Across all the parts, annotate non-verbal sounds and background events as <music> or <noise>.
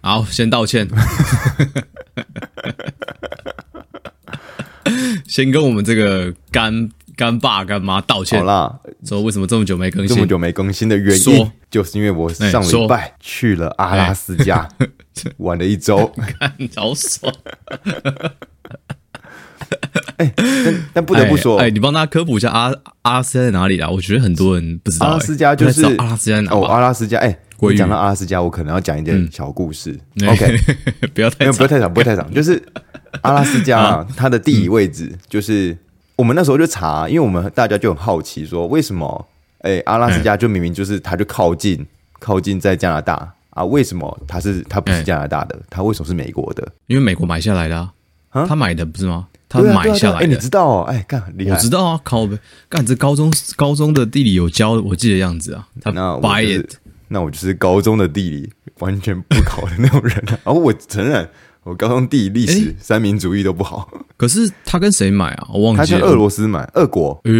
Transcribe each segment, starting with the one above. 好，先道歉， <laughs> 先跟我们这个干干爸干妈道好歉，啦，说为什么这么久没更这么新？久没更新的原因说，就是因为我上哎礼说哎拜去了阿拉斯加 <laughs> 玩了一 <laughs> 周， <laughs> 好 <laughs> 爽！但不得不说哎，哎，你帮大家科普一下阿阿拉斯加在哪里啊啦？我觉得很多人不知道，阿拉斯加哎不太知就是道阿拉斯加在哪啊哦，吧？阿拉斯加，哎，鲑鱼嗯你讲到阿拉斯加，我可能要讲一点小故事。哎哦 <laughs> OK，不要太没有，不吵要太长，不要太 <laughs> 长。就是阿拉斯加啊，它的地理位嗯置，就是我们那时候就查，因为我们大家就很好奇，说为什么，哎，阿拉斯加就明明就是它就靠近靠近在加拿大啊，为什么它是它不是嗯加拿大的，它为什么是美国的？因为美国买下来的啊，啊他买的不是吗？他对啊买下来对啊对啊哎，你的，知道哦，哎，干厉我害。知道啊，靠呗，干这高中高中的地理有教，我记得样子啊，他那我 buy 就是 it，那我就是高中的地理完全不考的那种人 <laughs> 啊。然后我承认，我高中地理、历史、三民主义都不好。可是他跟谁买啊？我他忘记去了俄。罗斯买，俄国，呃，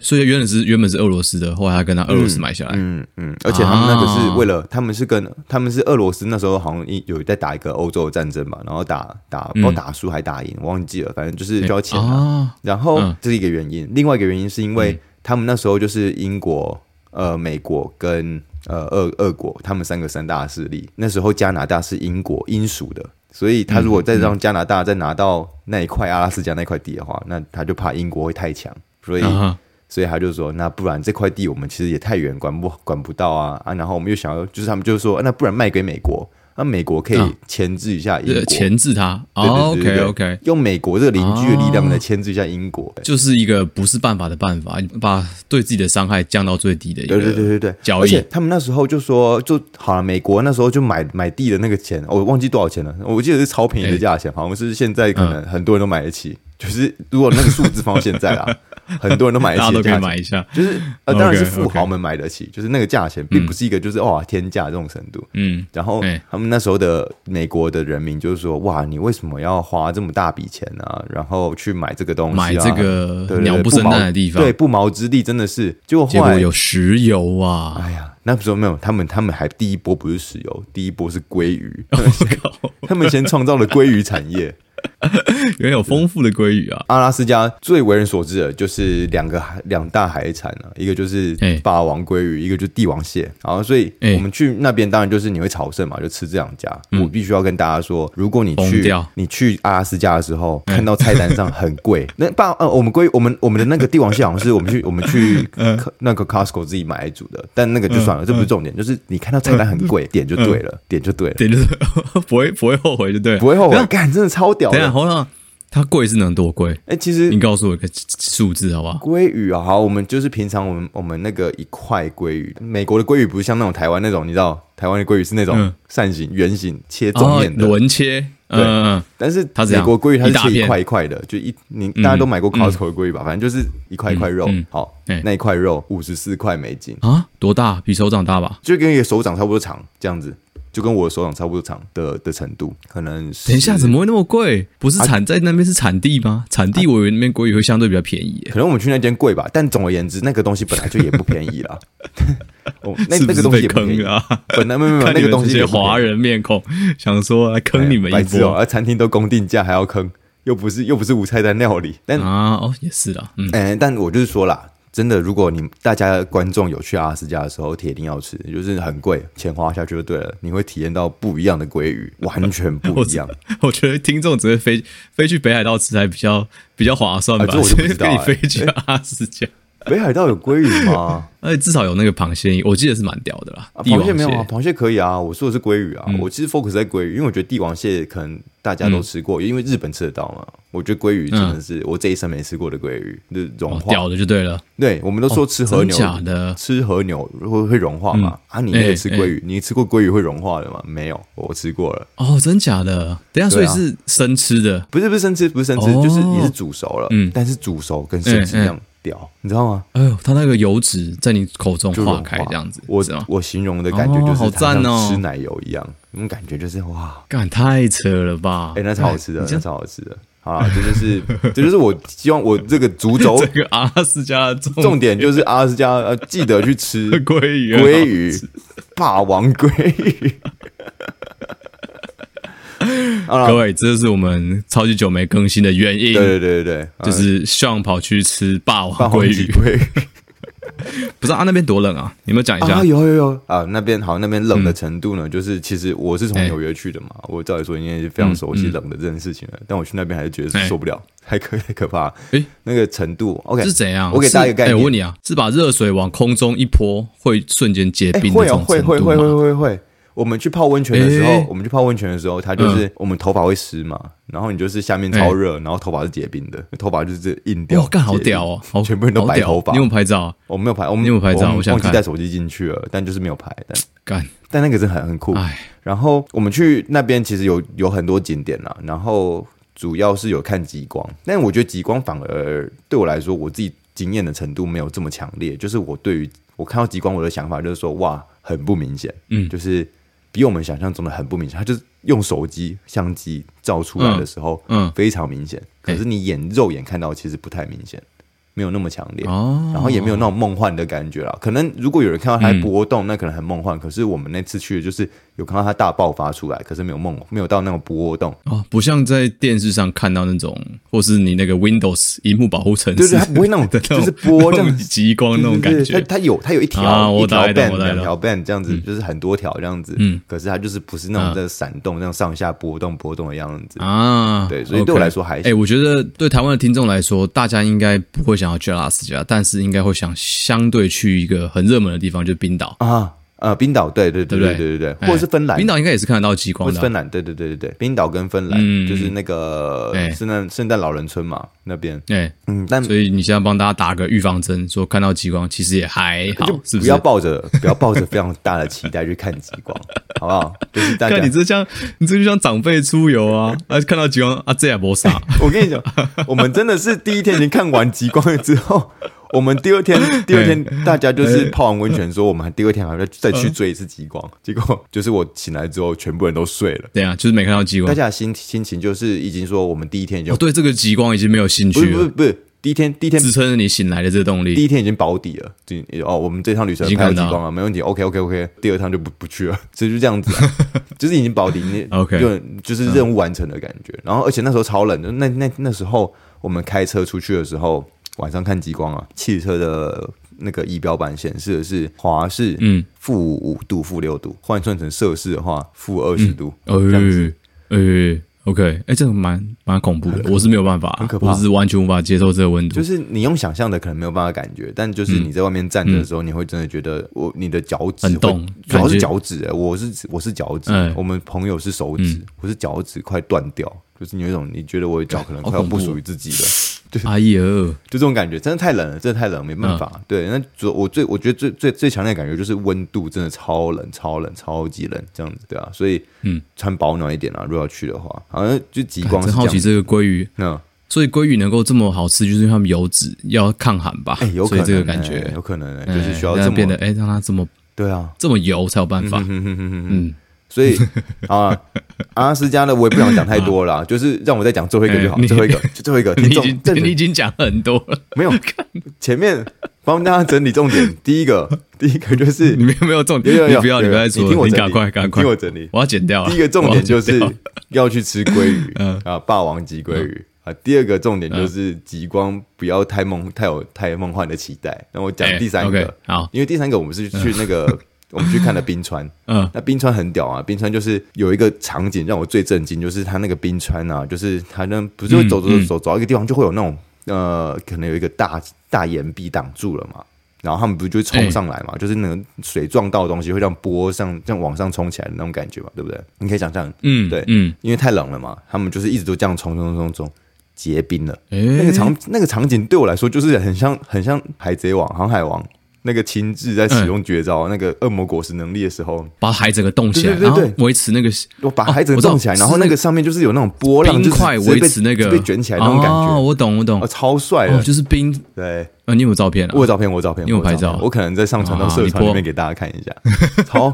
所以原本是原本是俄罗斯的，后来他跟他俄罗斯买下来。嗯嗯，而且他们那个是为了，啊他们是跟他们是俄罗斯那时候好像一有在打一个欧洲的战争吧，然后打打不知道打输还打赢，我忘记了，反正就是需要钱啊。嗯啊，然后、嗯这是一个原因，另外一个原因是因为他们那时候就是英国、呃美国跟呃俄俄国他们三个三大势力，那时候加拿大是英国英属的，所以他如果再嗯让加拿大再拿到那一块阿拉斯加那块地的话，那他就怕英国会太强，所以。啊哈所以他就说，那不然这块地我们其实也太远，管不管不到啊啊！然后我们又想要，就是他们就说，啊那不然卖给美国，那、美国可以啊牵制一下英呃国，钳制他。哦哦对对对，OK 对 OK，用美国这个邻居的力量来牵制一下英国。就是一个不是办法的办法，把对自己的伤害降到最低的一个。对对对对对，交易而且他们那时候就说，就好了，美国那时候就买买地的那个钱，哦我忘记多少钱了，我记得是超便宜的价钱，好像是现在可嗯能很多人都买得起，就是如果那个数字放到现在 <laughs> 啊，很多人都买得大家起都的可以价钱。买一下。就是呃，当然是 OK，OK 富豪们买得起就是那个价钱，并不是一个就是哇天价这种程度。嗯，然后哎他们那时候的美国的人民就是说，哇，你为什么要花这么大笔钱啊？然后去买这个东西、啊，买这个对对对鸟不生蛋的地方不毛对不毛之地真的是。结果结后果来，有石油啊！哎呀，那时候没有他们，他们还第一波不是石油，第一波是鲑鱼， <laughs> 我靠， <laughs> 他们先创造了鲑鱼产业。原来有丰富的鲑鱼啊！阿拉斯加最为人所知的就是两个海两大海产啊，一个就是哎霸王鲑鱼，一个就是帝王蟹。然后，所以哎我们去那边当然就是你会朝圣嘛，就吃这两家。我必须要跟大家说，如果你疯去嗯掉你去阿拉斯加的时候，看到菜单上很 <laughs> 贵，那霸呃我们鲑我们我们的那个帝王蟹好像是我们去我们去 <laughs> 嗯那个 Costco 自己买来煮的，但那个就算了，这不是重点，就是你看到菜单很嗯贵，点就对了，点就对了，对，就是 <laughs> 不会不会后悔，就对了。啊不会等后悔一。下干，真的超屌等一下，的！好像它贵是能多贵？哎，其实你告诉我一个数字好不好？鲑鱼啊，好，我们就是平常我们我们那个一块鲑鱼，美国的鲑鱼不是像那种台湾那种，你知道，台湾的鲑鱼是那种嗯扇形、圆形切哦纵，面的，轮切，嗯，但是它怎美样国鲑鱼它是一大切一片块一块的，就一你大家都买过 Costco 的鲑鱼吧，反正就是一块一块肉，嗯嗯好对，那一块肉五十四块美金，啊，多大？比手掌大吧？就跟你的手掌差不多长，这样子，就跟我的手掌差不多长的的程度，可能是等一下，怎么会那么贵？不啊是产在那边是产地吗？产地我以为那边鲑鱼会相对比较便宜耶，可能我们去那间贵吧，但总而言之，那个东西本来就也不便宜啦。 <laughs> 哦，那是不那 <laughs> 个是东西被也不便坑宜了，啊？本来没有没有没 <laughs> 有看那你个们东这西些也不便宜华人面孔，想说来坑你们白一痴哦、波而餐厅都公定价还要坑，又不是又不是无菜单料理。但嗯、哎啊！ <laughs> 哦，也是啦，嗯，但我就是说啦，真的，如果你大家观众有去阿拉斯加的时候，铁定要吃，就是很贵，钱花下去就对了，你会体验到不一样的鲑鱼，完全不一 <laughs> 样。我觉得听众只会飞飞去北海道吃还比较比较划算吧啊，这我就不 <laughs> 知道所以哎可以飞去阿拉斯加，北海道有鲑鱼吗？而且至少有那个螃蟹，我记得是蛮屌的啦啊，， <laughs> 帝螃蟹王没有啊蟹，，嗯螃蟹可以啊。我说的是鲑鱼啊，我其实 focus 在鲑鱼，因为我觉得帝王蟹可能大家都吃嗯过，因为日本吃得到嘛。我觉得鲑鱼真的是我这一生没吃过的鲑鱼，就是融哦，化屌的就对了，对，我们都说吃和真牛，假的吃和牛会会融化嗯嘛？啊，你也哎吃鲑鱼，你吃过鲑鱼会融化的吗？没有，我吃过了。哦，真假的？等一下，所对以啊是生吃的，不是不是生吃，不是生吃，哦就是也是煮熟了，嗯但是煮熟跟生吃一样屌，你知道吗？哎呦，它那个油脂在你口中就融化化开这样子，我是吗？我形容的感觉就哦是好它赞像哦吃奶油一样，那种感觉就是哇，干太扯了吧！哎，那超 <laughs> 好吃的，你这那超好吃的。好啦，这就是 <laughs> 这就是我希望我这个竹轴 <laughs> 这个阿拉斯加的重重点就是阿拉斯加呃，记得 <laughs> 去吃鲑鱼，啊 <laughs> 鲑鱼，霸王鲑鱼。好啦各位，这就是我们超级久没更新的原因，啊对对对对对，就嗯是上跑去吃霸霸王王鲑级鱼，龟不是啊？那边多冷啊！你有没有讲一下啊，？有有有啊，那边好，那边冷的程度呢，就是其实我是从哎纽约去的嘛，我照理说应该是非常熟悉嗯嗯冷的这件事情了，但我去那边还是觉得哎受不了，太可太可怕了，哎那个程度，OK 是怎样？我给大家一个是概哎念我问你啊，是把热水往空中一泼，会瞬间结哎，冰的会这哦，种会程会度会会吗？会会。我们去泡温泉的时候，哎嗯我们去泡温泉的时候，它就是我们头发会湿嘛，然后你就是下面超热，然后头发是结冰的，头发就是硬掉。哎哇，哎干好结冰屌哦！好，全部人都好白屌头发你有没有拍照啊？我没有拍，我们你有没有拍照我我们想忘记看带手机进去了，但就是没有拍。但干，但那个真的很很酷。哎，然后我们去那边其实有有很多景点啦，然后主要是有看极光，但我觉得极光反而对我来说，我自己经验的程度没有这么强烈。就是我对于我看到极光，我的想法就是说，哇，很不明显，嗯就是比我们想象中的很不明显。它就是用手机相机照出来的时候，嗯，非常明显，可哎是你眼肉眼看到其实不太明显，没有那么强烈。哦，嗯然后也没有那种梦幻的感觉啦。可能如果有人看到它在波动，那可能很梦幻。可是我们那次去的就是有看到它大爆发出来，可是没有梦，没有到那种波动。哦，不像在电视上看到那种，或是你那个 Windows 荧幕保护层 <laughs> 对是对，它不会那种的 <laughs> 那种 <laughs> 就是波这那样种 <laughs> 子极光那种感对对对觉。它它有它有一条、啊我一条大概懂 band 我大概两懂条 band 这样子，就是很多条这样子。嗯，可是它就是不是那种在闪动、那种上下波动波动的样子。啊，对，所以对我 OK 来说还哎、我觉得对台湾的听众来说，大家应该不会想要去阿拉斯加，但是应该会想相对去一个很热门的地方，就是冰岛。啊呃，冰岛，对对对对对不对对对，或者是芬兰冰，岛应该也是看得到极或光是的啊、芬兰，对对对对对，冰岛跟芬兰、嗯就是那个哎圣诞圣诞老人村嘛那边，哎、嗯，但所以你现在帮大家打个预防针，说看到极光其实也还好，是不是要？抱着 <laughs> 不要抱着非常大的期待去看极光， <laughs> 好不好？就是大家看你，这像你这就像长辈出游啊，啊看到极光啊这也不傻，我跟你讲，我们真的是第一天已经看完极光了之后， <laughs> 我们第二天第二天大家就是泡完温泉说，我们第二天还要再去追一次极光， <laughs> 结果就是我醒来之后，全部人都睡了。对啊，就是没看到极光大。家的心心情就是已经说我们第一天已经我哦对这个极光已经没有兴不是趣不是了，不是第一天第一天支撑着你醒来的这个动第力。一天已经保底了，就哦，我们这趟旅程已经拍到看极到光了，没问题。OK OK OK，第二趟就不不去了，所以就这样子啊、就是已经保底，你 <laughs> OK 嗯就就是任务完成的感觉。然后而且那时候超冷的，那那那时候我们开车出去的时候，晚上看极光啊，汽车的。那个仪表板显示的是华氏，嗯，负五度、负六度，换算成摄氏的话，负二十度，呃这样子呃，OK，哎、这个蛮蛮恐怖的，我是没有办法，啊很可怕我是完全无法接受这个温度就。是你用想象的可能没有办法感觉，但就是你在外面站着的时候，你会真的觉得我你的脚趾嗯很会动主要感是觉脚趾、欸，我是我是脚趾，嗯我们朋友是手指，我是脚趾快断掉，就是你有一种你觉得我的脚可能快要不哦属于自己了，哎呦，就这种感觉，真的太冷了，真的太冷了，没嗯办法。对，那主我最我觉得最最最强烈的感觉就是温度真的超冷，超冷，超级冷这样子，对啊，所以嗯，穿保暖一点啊，如果要去的话，好像就极光真是好这奇样。这个鲑鱼，嗯，所以鲑鱼能够这么好吃，就是因为它们油脂要抗寒吧？哎、有可所以能、这个感欸觉有可能、欸，哎就是需要让这它么变得哎、让它这么对啊，这么油才有办法。嗯，所 <laughs> 以啊，阿拉斯加呢，我也不想讲太多 <laughs> 了啦，就是让我再讲最后一个就好，哎你最后一个，就最后一个，听 <laughs> <laughs> 你已众经这你已经讲很多了，没有前面帮大家整理重 <laughs> 点，第一个，第一个就是你们有没有重有点？有有，你不要，有你不要再说你了，听我你整理，赶快，赶快，你听我整理。我要剪掉了。第一个重点就我是要剪掉嗯要去吃鲑鱼啊，霸王级鲑鱼啊。第二个重点就是极光不要太梦太有太梦幻的期待。那我讲哎第三个 OK，，好因为第三个我们是去那个。我们去看了冰川，嗯那冰川很屌啊！冰川就是有一个场景让我最震惊，就是它那个冰川啊，就是它那不是会走走走嗯嗯走走到一个地方就会有那种呃，可能有一个大大岩壁挡住了嘛，然后他们不是就会冲上来嘛，就是那个水撞到的东西会让波上这样往上冲起来的那种感觉嘛，对不对？你可以想象，嗯，对嗯，因为太冷了嘛，他们就是一直都这样冲冲冲冲结冰了。哎、那个场那个场景对我来说就是很像很像海贼王、航海王那个秦志在使用绝招、那个恶魔果实能力的时候，把海整个冻起来，对对对对然后维持那个我把海整个动起来，哦我知道然后那个上面就是有那种波浪，冰块就是直接维被持那个就被卷起来那种感哦，觉，我懂，我懂哦，。超帅哦，的。就是冰。对，呃，你有没有照片啊？我有照片，我有照片，你有我有拍照片我可能再上传到啊社你团里播 <laughs> 面给大家看一下。超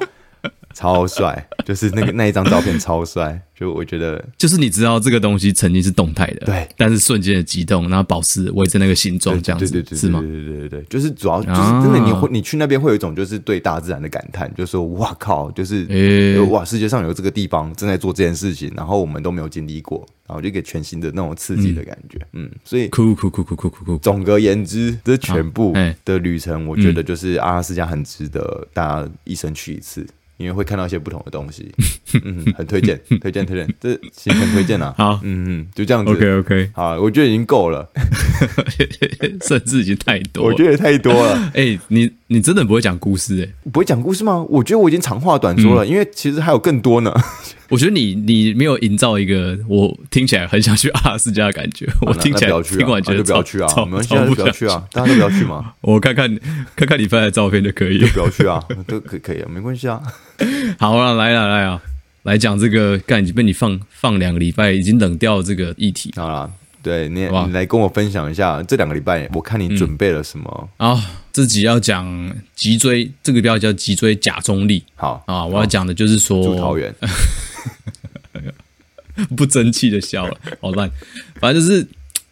超帅，就是那个那一张照片超帅，就我觉得就是你知道这个东西曾经是动态的，对，但是瞬间的激动，然后保持维持那个形状，哦这样子对对对是对吗？啊对对对对，就是主要就是真的，你会你去那边会有一种就是对大自然的感叹，就说哇靠，就是、诶哇世界上有这个地方正在做这件事情，然后我们都没有经历过，然后就一个全新的那种刺激的感觉，嗯所以酷酷酷酷酷酷酷！总而言之，这全部哎的旅程，我觉得就是阿拉斯加很值得大家一生去一次。因为会看到一些不同的东 <laughs> 西，嗯，很推荐，推荐，推荐，这行程推荐啊。好嗯嗯，就这样子。 OK OK，好，我觉得已经够了， <laughs> 甚至已经太多我了。觉得太多了。哎、你你真的不会讲故事哎、不会讲故事吗？我觉得我已经长话短说嗯了，因为其实还有更多呢。我觉得你你没有营造一个我听起来很想去阿拉斯加的感觉。 <laughs> 我那听起来那不要去听啊，完那觉得就不要超去啊，超我们现超在就不不要想去啊，大家都不要去嘛，我看看看看你拍的照片就可以了。不要去啊，都可可以啊，没关系啊。好了，来了来啊，来讲这个，干已经被你放放两个礼拜，已经冷掉这个议题好啦，对你好吧你来跟我分享一下这两个礼拜，我看你准备了什么。啊。自己要讲脊椎，这个标题叫脊椎假中立好啊。我要讲的就是住桃说园， <laughs> 不争气的笑了，好烂。反正就是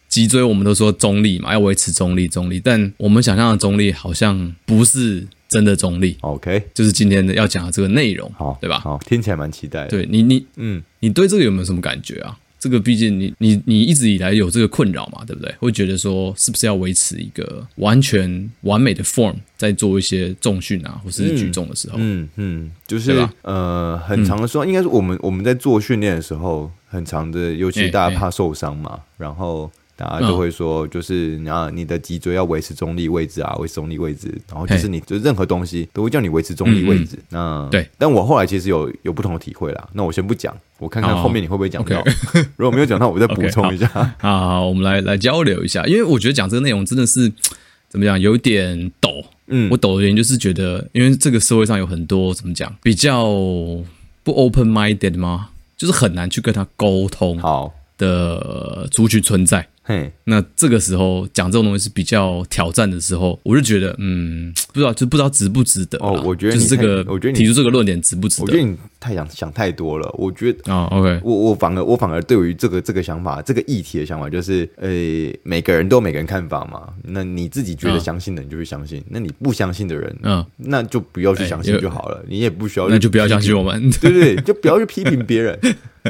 脊椎，我们都说中立嘛，要维持中立中立，但我们想象的中立好像不是真的中立， OK，就是今天的要讲的这个内容，好，对吧？好，听起来蛮期待的。，对你你嗯，你对这个有没有什么感觉啊？这个毕竟你你你一直以来有这个困扰嘛，对不对？会觉得说是不是要维持一个完全完美的 form，在做一些重训啊或是举重的时候，嗯嗯，就对是吧呃，很长的时候，应该是我们我们在做训练的时候，很长的，尤哎其大哎家怕受伤嘛，然后大家都会说，就是你要你的脊椎要维持中立位置啊，维持中立位置，然后就是嘿嗯你就任何东西都会叫你维持中立位置。那对，但我后来其实有有不同的体会啦，那我先不讲，我看看好后面你会不会讲 <laughs> 到 OK，如果没有讲到，我再补 OK，充一下。啊，我们来来交流一下，因为我觉得讲这个内容真的是怎么讲，有点抖。嗯我抖的原因就是觉得，因为这个社会上有很多怎么讲，比较不 open minded 吗？就是很难去跟他沟通好，的族群存在。嘿，那这个时候讲这种东西是比较挑战的时候，我就觉得，嗯，不知道就不知道值不值得啦。哦我觉得就你是这太个，我觉得你提出这个论点值不值我得觉得你太想想太多了，我觉得啊、o k 我我反而我反而对于这个这个想法，这个议题的想法就是，呃，每个人都有每个人看法嘛。那你自己觉得嗯相信的，你就去相信；那你不相信的人，嗯，那就不要去相信哎就好了。你也不需要，那就不要相信我们。 <laughs> <laughs> 对对对，就不要去批评别人，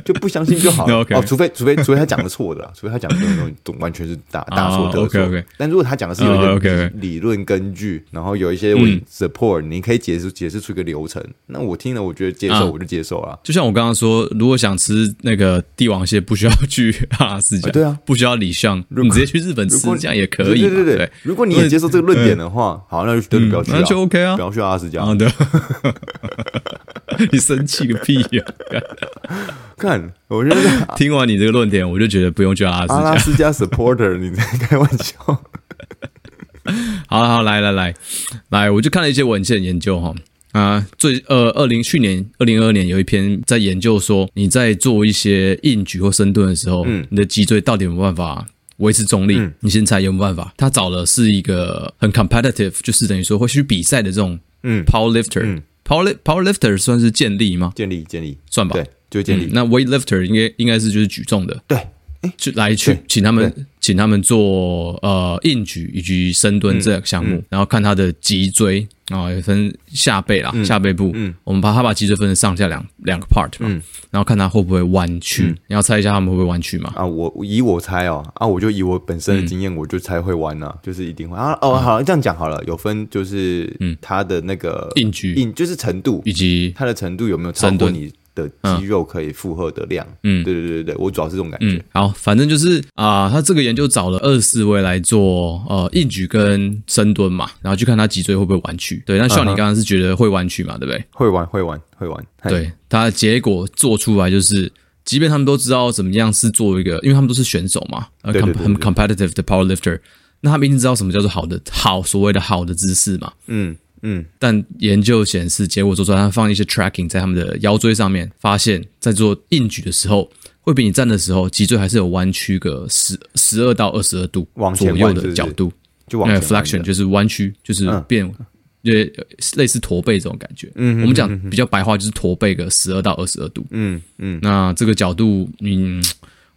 就不相信就好了。 OK 哦，除非除非除非他讲的错的啦， <laughs> 除非他讲的东西完全是大大错特错。哦，OK，OK 但如果他讲的是有一哦个理、 ，OK，OK 嗯理论根据，然后有一些 support，、你可以解释解释出一个流程。那我听了，我觉得接受啊我就接受啊。就像我刚刚说，如果想吃那个帝王蟹，不需要去阿拉斯加，啊对啊不需要礼尚，如果你直接去日本吃如果这样也可以嘛，对对对嗯对对，如果你也接受这个论点的话，好，那就那就不要去啊，那就 OK 啊不要去阿拉斯加。啊对， <laughs> 你生气个屁呀、 <laughs> 看，我觉得听完你这个论点，我就觉得不用去阿拉阿斯拉加。斯加 supporter，你在开玩笑？好好，来来来来，我就看了一些文献研究哈。啊，最呃，二零去年二零二二年有一篇在研究说，你在做一些硬举或深蹲的时候，嗯你的脊椎到底有没有办法维持中立？你现在有没有办法？他找的是一个很 competitive，就是等于说会去比赛的这种嗯 power lifter、嗯 power power lifter 算是健力吗？建立建立，算吧。对，就嗯建立，那 weight lifter 应该应该是就是举重的，对，去来去对请他们请他们做呃硬举以及深蹲嗯这个项目，然后看他的脊椎啊、也分下背嗯啦、下背部，我们把他把脊椎分成上下两两个 part 嘛，嗯然后看他会不会弯曲，你要猜一下他们会不会弯曲嘛？啊，我以我猜哦，啊，我就以我本嗯身的经验，我就猜会弯啊，就是一定会啊。哦，好，这样讲好了，有分就是它的那个嗯硬举硬就是程度，以及它的程度有没有超深过蹲你的肌肉可以负荷的量？嗯对对对对，我主要是这种感嗯觉。，好，反正就是啊、他这个研究找了二十四位来做呃硬举跟深蹲嘛，然后去看他脊椎会不会弯曲。对，那像你嗯刚刚是觉得会弯曲嘛，对不对？会玩会玩会玩，嘿，对，他的结果做出来就是，即便他们都知道怎么样是做一个，因为他们都是选手嘛，呃，对对 com- 对很对 competitive 的 power lifter，那他们一定知道什么叫做好的好所谓的好的姿势嘛。嗯嗯，但研究显示，结果做出来，他放一些 tracking 在他们的腰椎上面，发现，在做硬举的时候，会比你站的时候，脊椎还是有弯曲个十十二到二十二度往前左右弯是不的是角度。就往那前个弯的 flexion 就是弯曲，就是变就是类似驼背这种感觉。嗯哼我们讲比较白话就是驼背个十二到二十二度。嗯嗯那这个角度，嗯，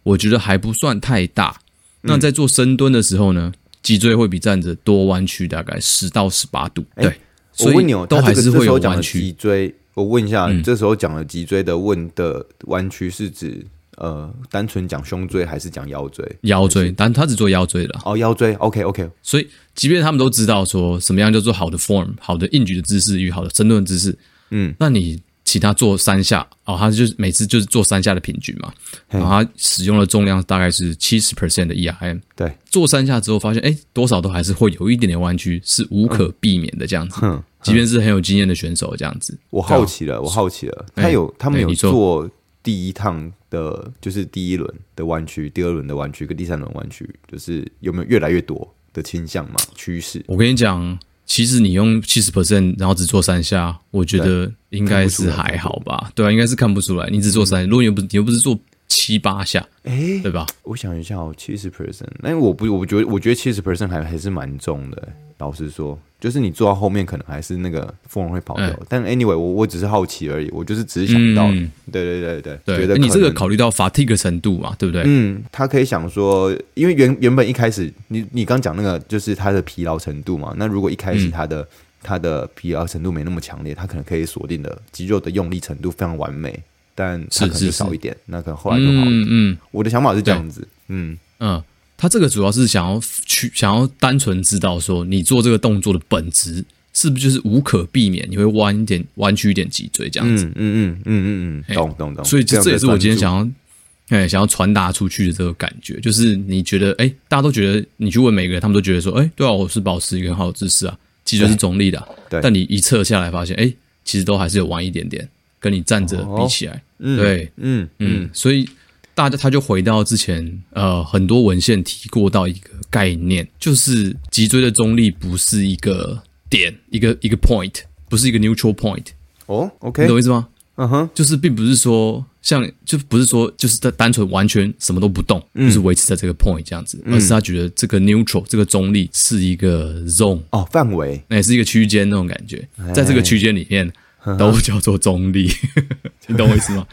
我觉得还不算太大。嗯那在做深蹲的时候呢，脊椎会比站着多弯曲大概十到十八度。哎对，我所问你哦以，都他还这是个会这时有候讲弯的曲。嗯脊椎，我问一下，这时候讲的脊椎的问的弯曲是指呃，单纯讲胸椎还是讲腰椎？腰椎，但他只做腰椎了，哦，腰椎，OK OK，所以即便他们都知道说什么样叫做好的 form、好的硬举的姿势与好的深蹲的姿势，嗯，那你其他做三下哦，他就是每次就是做三下的平均嘛，然后他使用的重量大概是七十 percent 的 ERM，对，做三下之后发现，哎，多少都还是会有一点点弯曲，是无可避免的这样子，哼，即便是很有经验的选手这样子，我对啊好奇了，我好奇了，他哎有他们哎有你说做第一趟的，就是第一轮的弯曲，第二轮的弯曲跟第三轮弯曲，就是有没有越来越多的倾向嘛？趋势我跟你讲，其实你用七十 percent，然后只做三下，我觉得应该是还好吧？对啊，应该是看不出来。你只做嗯三，如果你又不你又不是做七八下，哎对吧？我想一下哦，七十 percent，那我不，我觉得我觉得七十 percent 还还是蛮重的。老实说，就是你做到后面可能还是那个缝会跑掉，哎但 anyway，我我只是好奇而已，我就是只是想到，嗯对对对对，对，觉得那你这可个能考虑到 fatigue 程度嘛，对不对？嗯，他可以想说，因为原原本一开始，你你刚讲那个就是他的疲劳程度嘛。那如果一开始他的、他的疲劳程度没那么强烈，他可能可以锁定的肌肉的用力程度非常完美，但他是可能就是少是一点，那可能后来就好了。嗯嗯我的想法是这对样子，嗯嗯，他这个主要是想要去想要单纯知道说，你做这个动作的本质是不是就是无可避免，你会弯一点弯曲一点脊椎这样子。嗯嗯嗯嗯嗯嗯，哎懂懂懂。所以这样这的也是我今天专想要，哎，想要传达出去的这个感觉，就是你觉得，哎，大家都觉得，你去问每个人，他们都觉得说，哎，对啊，我是保持一个很好的姿势啊，脊椎是中立的啊、对但你一测下来发现，哎，其实都还是有弯一点点，跟你站着比起来，注，对，哦嗯嗯嗯，所以大家他就回到之前，呃，很多文献提过到一个概念，就是脊椎的中立不是一个点，一个一个 point，不是一个 neutral point，哦你，OK，懂我意思吗？嗯哼，就是并不是说像就不是说就是他单纯完全什么都不动，嗯就是维持在这个 point 这样子，而是他觉得这个 neutral 这个中立是一个 zone，哦，范围那也是一个区间那种感觉，哎在这个区间里嗯面都叫做中立， <laughs> 你懂我意思吗？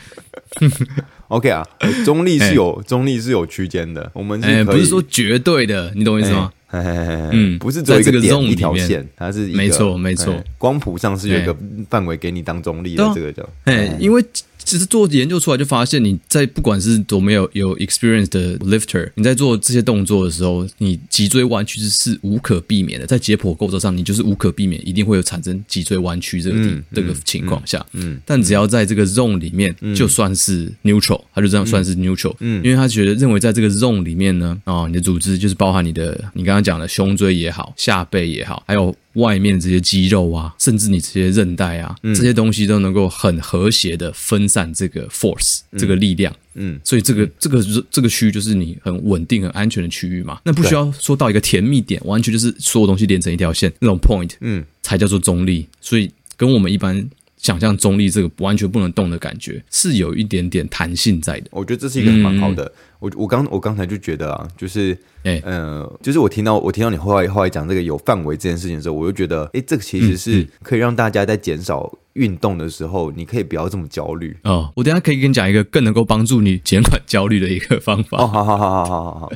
OK 啊，中立是哎有中立是有区间的，我们 <laughs> 是哎、可不是以说绝对的，你懂我意思吗？嗯，嗯不是只有一在这个点 zone 一条里面线，它是一个没错没错哎哎光谱上是有一个范围给你当中立的对，啊这个叫哎、因为其实做研究出来就发现，你在不管是多么有有 experience 的 lifter，你在做这些动作的时候，你脊椎弯曲是无可避免的，在解剖构造上，你就是无可避免，一定会有产生脊椎弯曲这个地、这个情况下。嗯，但只要在这个 zone 里面，就算是 neutral，他就这样算是 neutral，嗯，因为他觉得认为在这个 zone 里面呢，啊、你的组织就是包含你的你刚刚讲的胸椎也好，下背也好，还有外面这些肌肉啊，甚至你这些韧带啊，这些东西都能够很和谐的分散这个 force、这个力量。嗯，所以这个这个这个区域就是你很稳定、很安全的区域嘛。那不需要说到一个甜蜜点，完全就是所有东西连成一条线那种 point，嗯，才叫做中立。所以跟我们一般想象中立这个完全不能动的感觉是有一点点弹性在的。我觉得这嗯是一个蛮好的。我我刚我刚才就觉得啊，就是，哎呃，就是我听到我听到你后来后来讲这个有范围这件事情的时候，我就觉得，哎、这个其嗯实是可以让大家在减少运动的时候，你可以不要这么焦虑。哦，我等一下可以跟你讲一个更能够帮助你减缓焦虑的一个方法。哦，好好好好好好好，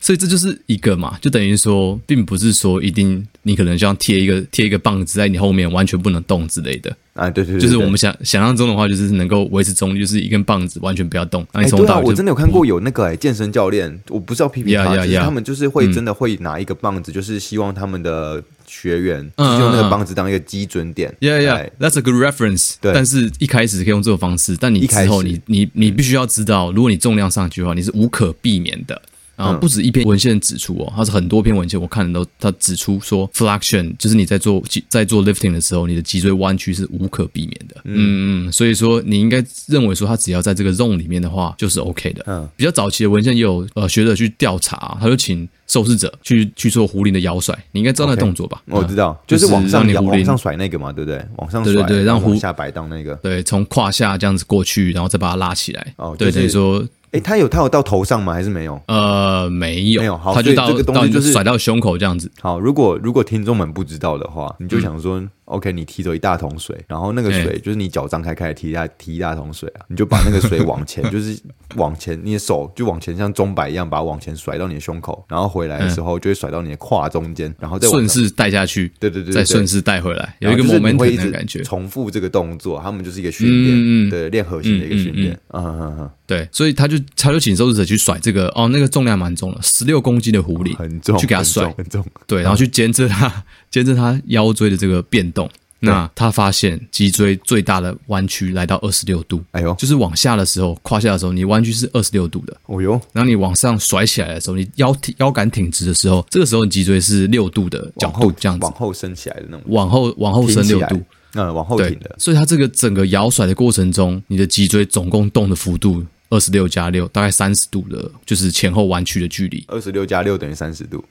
所以这就是一个嘛，就等于说，并不是说一定你可能像贴一个贴一个棒子在你后面，完全不能动之类的。啊，对对对，就是对我们想想象中的话，就是能够维持中立，就是一根棒子完全不要动，那哎，你从对头啊，到尾我就真的有看过有那个哎、健身教练，我不是要批评他 Yeah, yeah, 只是 yeah 嗯他们就是会真的会拿一个棒子，就是希望他们的学员就是嗯用那个嗯棒子当一个基准点。 Yeah, yeah, 哎 that's a good reference. 对但是一开始可以用这种方式，但你一之开始嗯后你你你必须要知道，如果你重量上去的话，你是无可避免的。然嗯后不止一篇文献指出哦，它是很多篇文献我看的都，它指出嗯说 flexion 就是你在做脊在做 lifting 的时候，你的脊椎弯曲是无可避免的。嗯嗯，所以说你应该认为说它只要在这个 zone 里面的话，就是 OK 的。嗯，比较早期的文献也有呃学者去调查，他就请受试者去去做壶铃的摇甩，你应该知道那 OK 个动作吧？我嗯知道，就就是是往上让你摇、壶往铃上甩那个嘛，对不对？往上甩，对对对然让后往壶下摆荡那个。对，从胯下这样子过去，然后再把它拉起来。哦就对，是等于说诶，他有他有到头上吗？还是没有？呃，没有，没有好他就到所以这个东到西你就是甩到胸口这样子。好，如果如果听众们不知道的话，你就想说、o 嗯 k 你提走一大桶水，然后那个水就是你脚张开开提一大提一大桶水啊，你就把那个水 <laughs> 往前，就是往前，你的手就往前像钟摆一样，把它往前甩到你的胸口，然后回来的时候就会甩到你的胯中间，然后再往顺上势带下去，对对对对再对顺势带回来，有然一后个就是你会 momentum 一的直感觉。重复这个动作，他们就是一个训练，嗯嗯嗯对，练核心的一个训练，啊哈哈哈，对，所以他就他就请受试者去甩这个哦，那个重量蛮重的，十六公斤的狐狸，哦很重，去给他很重嗯甩，很重，对，然后去监测他 <laughs> 监测他腰椎的这个变动。嗯那他发现脊椎最大的弯曲来到二十六度，哎呦，就是往下的时候，胯下的时候，你弯曲是二十六度的。哦呦，然后你往上甩起来的时候，你腰挺腰杆挺直的时候，这个时候你脊椎是六度的角往度后，这样子往，后升起来的那种，往后往后挺伸起六来度，，嗯，往后对挺的，，。所以它这个整个摇甩的过程中，你的脊椎总共动的幅度二十六加六，大概三十度的，就是前后弯曲的距离 <laughs> 二十六加六等于三十 <laughs> 度，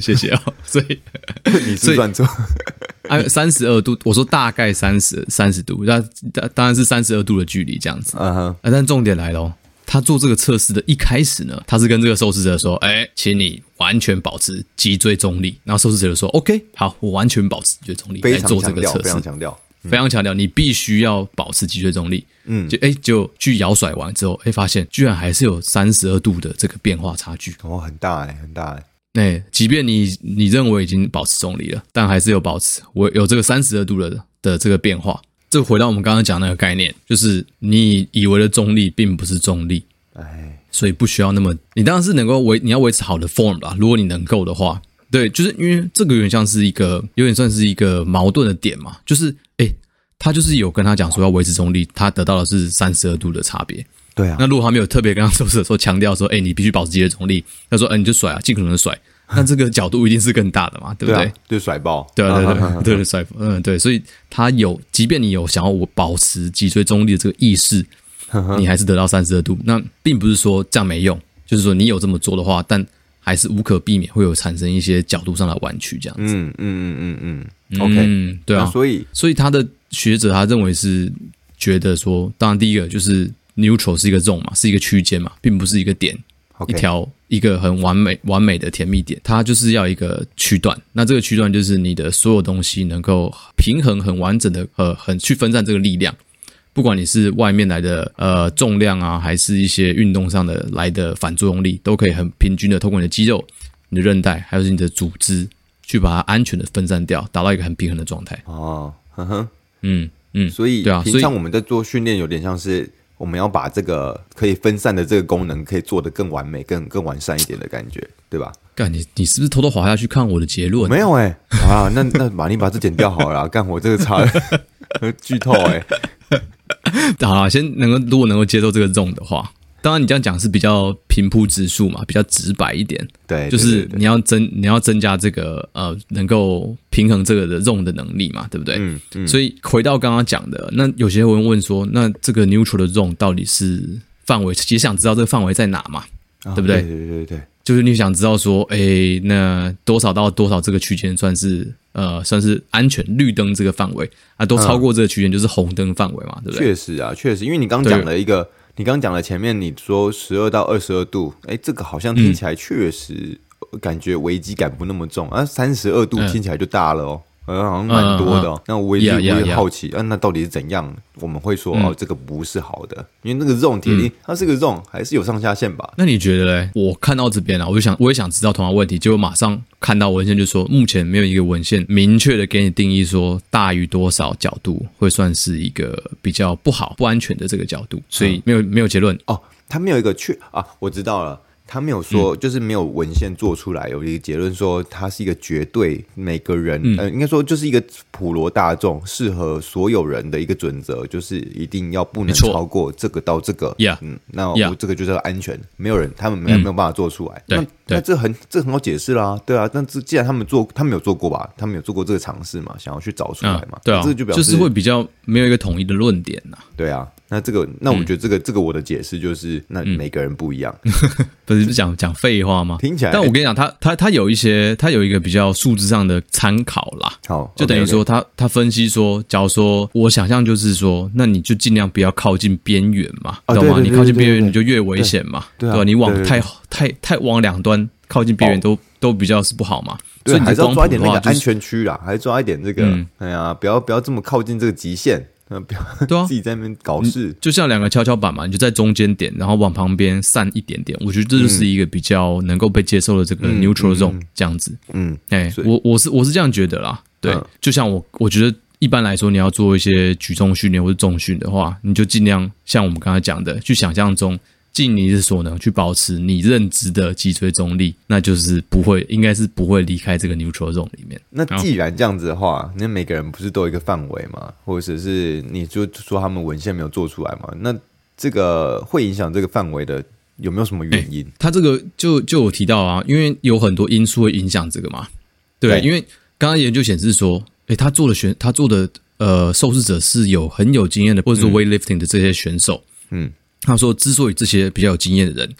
谢谢哦。 <laughs> 所以，你所是以算错，哎，三十二度，我说大概三十三十度，那当当然是三十二度的距离这样子。嗯哼，啊，但重点来喽。他做这个测试的一开始呢，他是跟这个受试者说：“哎，请你完全保持脊椎中立。”然后受试者就说：“OK，好，我完全保持脊椎中立来非常做这强个调，测非试常。”强调，非常强调，你必须要保持脊椎中立。嗯，就哎，就去摇甩完之后，哎，发现居然还是有三十二度的这个变化差距。哦，很大哎，很大哎，哎，即便你你认为已经保持中立了，但还是有保持，我有这个三十二度的的这个变化。这回到我们刚刚讲那个概念，就是你以为的中立并不是中立，哎，所以不需要那么，你当然是能够维，你要维持好的 form 啦。如果你能够的话，对，就是因为这个有点像是一个，有点算是一个矛盾的点嘛，就是诶，他就是有跟他讲说要维持中立，他得到的是三十二度的差别。对啊那，如果他没有特别跟他受试者说强调说，诶，你必须保持自己的中立，他说，嗯、你就甩啊，尽可能地甩，那这个角度一定是更大的嘛，对不对对？啊，就甩爆，对啊对啊啊对啊对啊甩嗯对，所以他有，即便你有想要我保持脊椎中立的这个意识，你还是得到三十二度。那并不是说这样没用，就是说你有这么做的话，但还是无可避免会有产生一些角度上的弯曲这样子。嗯嗯嗯嗯嗯，OK，嗯，对那啊，所以所以他的学者他认为是觉得说，当然第一个就是 neutral 是一个 zone 嘛，是一个区间嘛，并不是一个点。一 OK，条一个很完美完美的甜蜜点，它就是要一个区段。那这个区段就是你的所有东西能够平衡、很完整的呃，很去分散这个力量。不管你是外面来的呃重量啊，还是一些运动上的来的反作用力，都可以很平均的通过你的肌肉、你的韧带，还有你的组织，去把它安全的分散掉，达到一个很平衡的状态。哦，哼哼。嗯嗯，所以对啊所以平常我们在做训练，有点像是我们要把这个可以分散的这个功能，可以做得更完美、更更完善一点的感觉，对 <laughs> 吧？干你你是不是偷偷滑下去看我的结论？没有哎、啊，那那马尼把这剪掉好了啦，啊干我这个差 <laughs> 剧透哎、好啦，先能够如果能够接受这个 zone 的话，当然你这样讲是比较平铺直述嘛，比较直白一点，哎对，就对是对对你要增你要增加这个呃能够平衡这个的 zone 的能力嘛，对不对？嗯嗯，所以回到刚刚讲的，那有些人问说，那这个 neutral 的 zone 到底是范围，也想知道这个范围在哪嘛？啊对不对对对对对，就是你想知道说，诶，那多少到多少这个区间算是呃算是安全绿灯这个范围啊？嗯都超过这个区间就是红灯范围嘛，对不对？确实啊，确实，因为你刚对讲了一个，你刚讲了前面你说十二到二十二度，哎，这个好像嗯听起来确实呃感觉危机感不那么重啊，三十二嗯度听起来就大了哦。呃，好像蛮多的、哦。那我也 Yeah, 嗯我 yeah, 也 yeah 好奇，啊，那到底是怎样？我们会说、哦，这个不是好的，因为那个 zone 嗯铁定、它是个 zone，还是有上下限吧？那你觉得嘞？我看到这边啊，我就想，我也想知道同样问题，结果马上看到文献就说，目前没有一个文献明确的给你定义说大于多少角度会算是一个比较不好、不安全的这个角度，所嗯以没有没有结论。哦，他没有一个确啊，我知道了，他没有说，嗯就是没有文献做出来有一个结论说它是一个绝对每个人，嗯呃，应该说就是一个普罗大众适合所有人的一个准则，就是一定要不能错超过这个到这个 Yeah 嗯，那 Yeah 嗯我这个就叫安全，没有人，他们没有没有办法做出来，对那对那这很这很好解释啦，对啊。那这既然他们做，他们有做过吧？他们有做过这个尝试嘛？想要去找出来嘛？对啊，这就表就示是会比较没有一个统一的论点呐、对啊。那这个，那我嗯觉得这个、这个我的解释就是，那每个人不一样，不是不是讲讲废话吗？听起来但我跟你讲，他他他有一些，他有一个比较数字上的参考啦，好，就等于 OK，OK 说他他分析说，假如说我想象就是说，那你就尽量不要靠近边缘嘛，啊懂对吗？对你对靠近对对边缘对你就越危险嘛，对啊吧？你往对对太太太往两端靠近边缘哦都都比较是不好嘛，所对，以你还的是要光抓一谱点的那个话就安是嗯全区啦，还是抓一点这个，哎呀，不要不要这么靠近这个极限，嗯，不要、对啊 <laughs> 自己在那边搞事，就像两个跷跷板嘛，你就在中间点，然后往旁边散一点点。我觉得这嗯就是一个比较能够被接受的这个 neutral zone、这样子。嗯，哎、所以我我是我是这样觉得啦。对，嗯就像我我觉得一般来说，你要做一些举重训练或者重训的话，你就尽量像我们刚才讲的，去想象中尽你的所能去保持你认知的脊椎中立，那就是不会，应该是不会离开这个 neutral zone 里面。那既然这样子的话，那每个人不是都有一个范围嘛，或者是你就说他们文献没有做出来嘛？那这个会影响这个范围的有没有什么原因？他这个就就有提到啊，因为有很多因素会影响这个嘛，对，对因为刚刚研究显示说，诶，他做的选他做的呃受试者是有很有经验的，或者说 weightlifting 的这些选手，嗯，他说之所以这些比较有经验的人，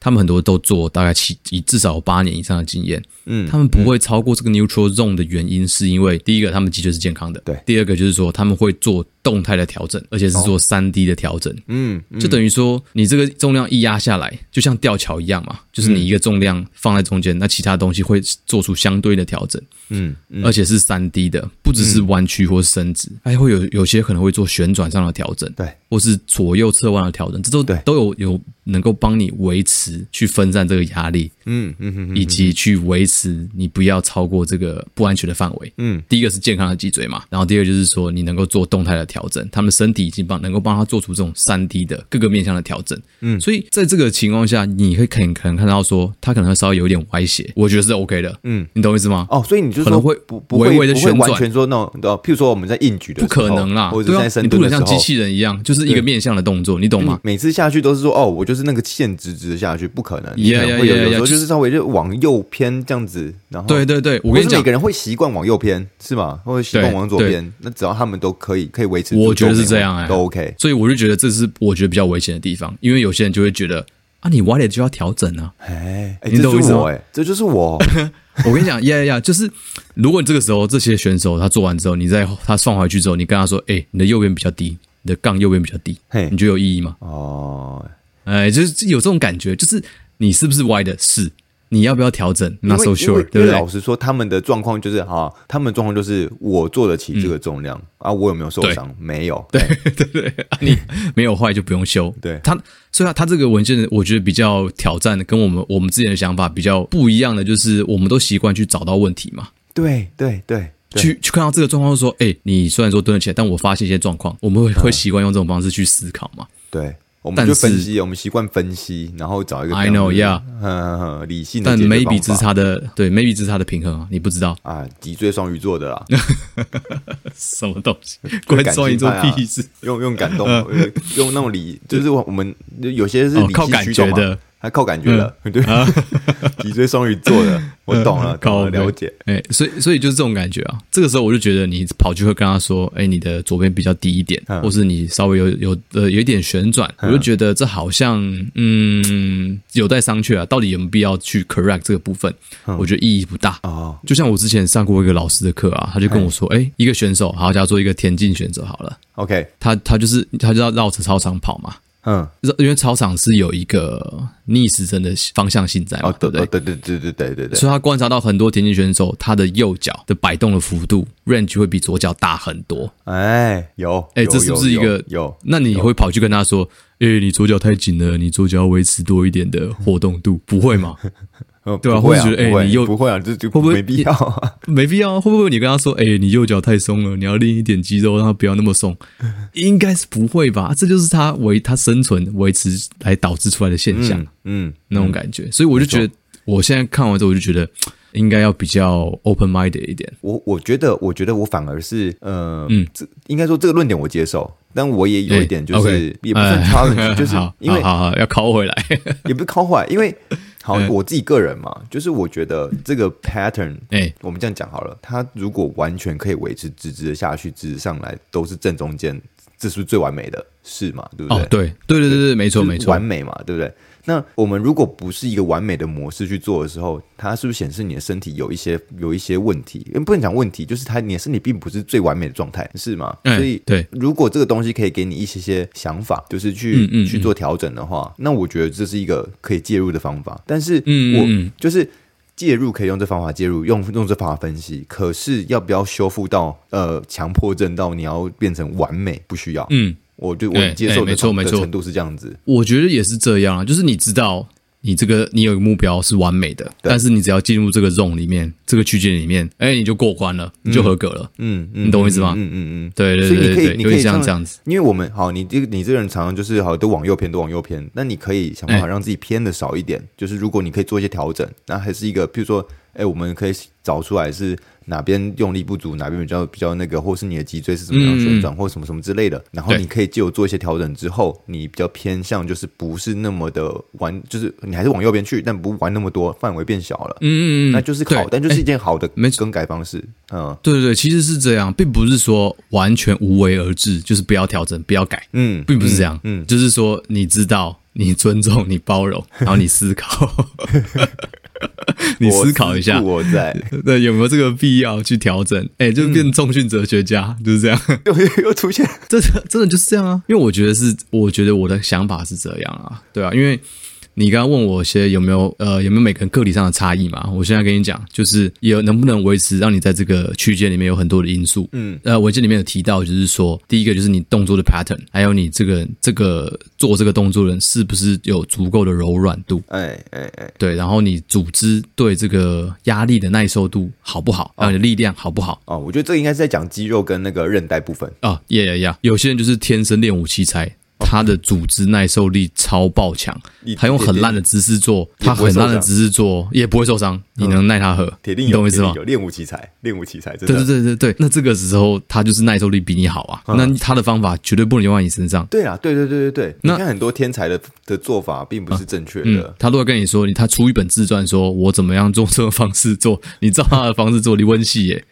他们很多都做大概七以至少有八年以上的经验，嗯他们不会超过这个 neutral zone 的原因，是因为第一个他们脊椎是健康的，对哦第二个就是说他们会做动态的调整，而且是做三 D 的调整，嗯，就等于说你这个重量一压下来，就像吊桥一样嘛，就是嗯你一个重量放在中间，那其他东西会做出相对的调整，嗯而且是三 D 的，不只是弯曲或是伸直，还会有有些可能会做旋转上的调整，对，或是左右侧弯的调整，这都对都有有能够帮你维持去分散这个压力，嗯嗯嗯以及去维持你不要超过这个不安全的范围。嗯，第一个是健康的脊椎嘛，然后第二个就是说你能够做动态的调整，他们身体已经帮能够帮他做出这种三 D 的各个面向的调整。嗯，所以在这个情况下，你会可能可能看到说他可能会稍微有一点歪斜，我觉得是 OK 的。嗯，你懂我意思吗？哦，所以你就可说能会不不会微微地不会旋转完全说那种，哦譬如说我们在硬举的时不候，可能啦，哦或者对是啊在，你深不蹲能的像时机候，器人一样，就是一个面向的动作，你懂吗？每次下去都是说哦，我就是那个线直直的下去，不可能，你 Yeah, 可能会有 yeah, yeah, 有时候 yeah，就是稍微就往右偏这样子，然后对对对，我我跟你讲每，个人会习惯往右偏是吗？或者习惯对往左对边？那只要他们都可以，可以维持住右面，我觉得是这样哎都 OK。所以我就觉得这是我觉得比较危险的地方，因为有些人就会觉得啊，你歪了就要调整 <laughs> 啊。哎，哎你这懂我意就是思吗我哎，这就 <laughs> 是我。我跟你讲，呀呀呀，就是如果你这个时候这些选手他做完之后，你在他放回去之后，你跟他说，哎、你的右边比较低，你的杠右边比较低，嘿你觉得有意义吗？哦，哎、就是有这种感觉，就是你是不是歪的？是，你要不要调整因？Not 为 so 因为 sure，因对不为对老？实说，他们的状况就是哈，他们的状况就是我做得起这个重量啊，我有没有受对伤？没有。对，对对，啊 <laughs> 你没有坏就不用修。对他，所以他他这个文件，我觉得比较挑战，跟我们我们之前的想法比较不一样的，就是我们都习惯去找到问题嘛。对，对，对，对，去去看到这个状况，就说：“哎、你虽然说蹲得起来，但我发现一些状况，我们会嗯会习惯用这种方式去思考嘛。对。我们但就分是析，我们习惯分析，然后找一个 I 这样 know, 子 yeah 嗯嗯嗯理性的但解决 maybe 方只法是他的对，maybe 只是他的平衡啊，你不知道啊，脊椎双鱼座 <laughs> 的啦，什么东 <laughs> 西，关感双鱼性座派啊屁事。嗯用用感 <laughs> 动，用用那种理，就是我们有些是哦理靠性感驱动觉的嗯啊嘛，还靠感觉的，对， <laughs> 脊椎双鱼座的，我 <laughs> 懂了，懂 <laughs> 靠了，背了解，哎、所以所以就是这种感觉啊。这个时候我就觉得你跑去会跟他说：“哎、你的左边比较低一点，嗯或是你稍微有有呃有一点旋转。我就觉得这好像嗯有待商榷啊，到底有没有必要去 correct 这个部分？我觉得意义不大。嗯哦，嗯就像我之前上过一个老师的课啊，他就跟我说：“哎、一个选手，好，假如说一个田径选手好了， ，OK，他他就是他就要绕着操场跑嘛，嗯，绕因为操场是有一个逆时针的方向性在嘛，哦，对对不对对？对对对对对对对，所以他观察到很多田径选手，他的右脚的摆动的幅度 range 会比左脚大很多。哎，有，哎，有这是不是一有个有？那你会跑去跟他说：“哎、你左脚太紧了，你左脚要维持多一点的活动 <laughs> 度，不会吗？”有对啊不会啊，或者觉得哎不会你又不会啊，这就会不会没必要啊，没必要啊，会不会你跟他说，哎、你右脚太松了，你要练一点肌肉，让它不要那么松？应该是不会吧？这就是他维他生存维持来导致出来的现象， <laughs> 嗯，那种感觉。所以我就觉得，我现在看完之后，我就觉得应该要比较 open minded 一点。我我觉得，我觉得我反而是，呃，这应该说这个论点我接受，但我也有一点就嗯是，哎，OK <laughs> 也不算哎 challenge，就是好 <laughs> 因为好好好要拷回来，也不是靠坏，因为好，嗯我自己个人嘛，就是我觉得这个 pattern，哎我们这样讲好了，它如果完全可以维持直直的下去，直直上来都是正中间，这是不是最完美的，是嘛？对不哦对？，对对对对对，没错就是没错完，美嘛，对不对？那我们如果不是一个完美的模式去做的时候，它是不是显示你的身体有一些有一些问题？因为不能讲问题，就是它你的身体并不是最完美的状态，是吗？哎所以对如果这个东西可以给你一些些想法，就是去、嗯嗯去做调整的话，那我觉得这是一个可以介入的方法。但是我、嗯嗯嗯就是。介入可以用这方法介入，用用这方法分析。可是要不要修复到呃强迫症到你要变成完美？不需要。嗯，我就哎我接受哎的没错程没的错程度是这样子。我觉得也是这样啊，就是你知道你这个你有一个目标是完美的，但是你只要进入这个 zone 里面，这个区间里面，哎，你就过关了，你就合格了。嗯，嗯你懂我意思吗嗯嗯嗯对嗯。对所以你对可以对，，你有可以点像这样子。，因为我们好，你这个你这个人常常就是好都往右偏，都往右偏。那你可以想办法哎让自己偏的少一点，就是如果你可以做一些调整，那还是一个，譬如说，哎，我们可以找出来是哪边用力不足，哪边比较比较那个，或是你的脊椎是怎么样旋转，或什么什么之类的。然后对你可以就做一些调整之后，你比较偏向就是不是那么的玩，就是你还是往右边去，但不玩那么多，范围变小了。嗯嗯嗯，那就是对哎好，但就是一件好的没更改方式。嗯对对对，其实是这样，并不是说完全无为而治，就是不要调整，不要改，嗯，并不是这样。嗯嗯就是说你知道，你尊重，你包 <laughs> 容，然后你思考， <laughs> 你思考一下我，思故我嗯在对有没有这个必要去调整？哎，就变重训哲学家，就是这样。又又出现，这真的就是这样啊，因为我觉得是，我觉得我的想法是这样啊，对啊，因为你刚刚问我一些有没有呃有没有每个人个体上的差异嘛，我现在跟你讲，就是有能不能维持让你在这个区间里面有很多的因素，嗯，呃，文件里面有提到，就是说第一个就是你动作的 pattern，还有你这个这个做这个动作的人是不是有足够的柔软度，哎哎哎，对，然后你组织对这个压力的耐受度好不好，还有你的力量好不好，哦，我觉得这个应该是在讲肌肉跟那个韧带部分。啊，呀呀呀！有些人就是天生练武奇才，哦他的组织耐受力超爆强一，他用很烂的姿势做，也他不会很受烂的伤嗯姿势做也不会受伤，你能奈他何？铁定你有，懂我意思铁定吗？有练啊武奇才，练武奇才，真对的。对对对对，那这个时候他就是耐受力比你好啊，那他的方法绝对不能用在你身上。对啊，对对对对对，你那看很多天才的的做法并不是正确嗯的，，他如果跟你说，你他出一本自传，说我怎么样做这种方式做，你照他的方式做，你温戏耶，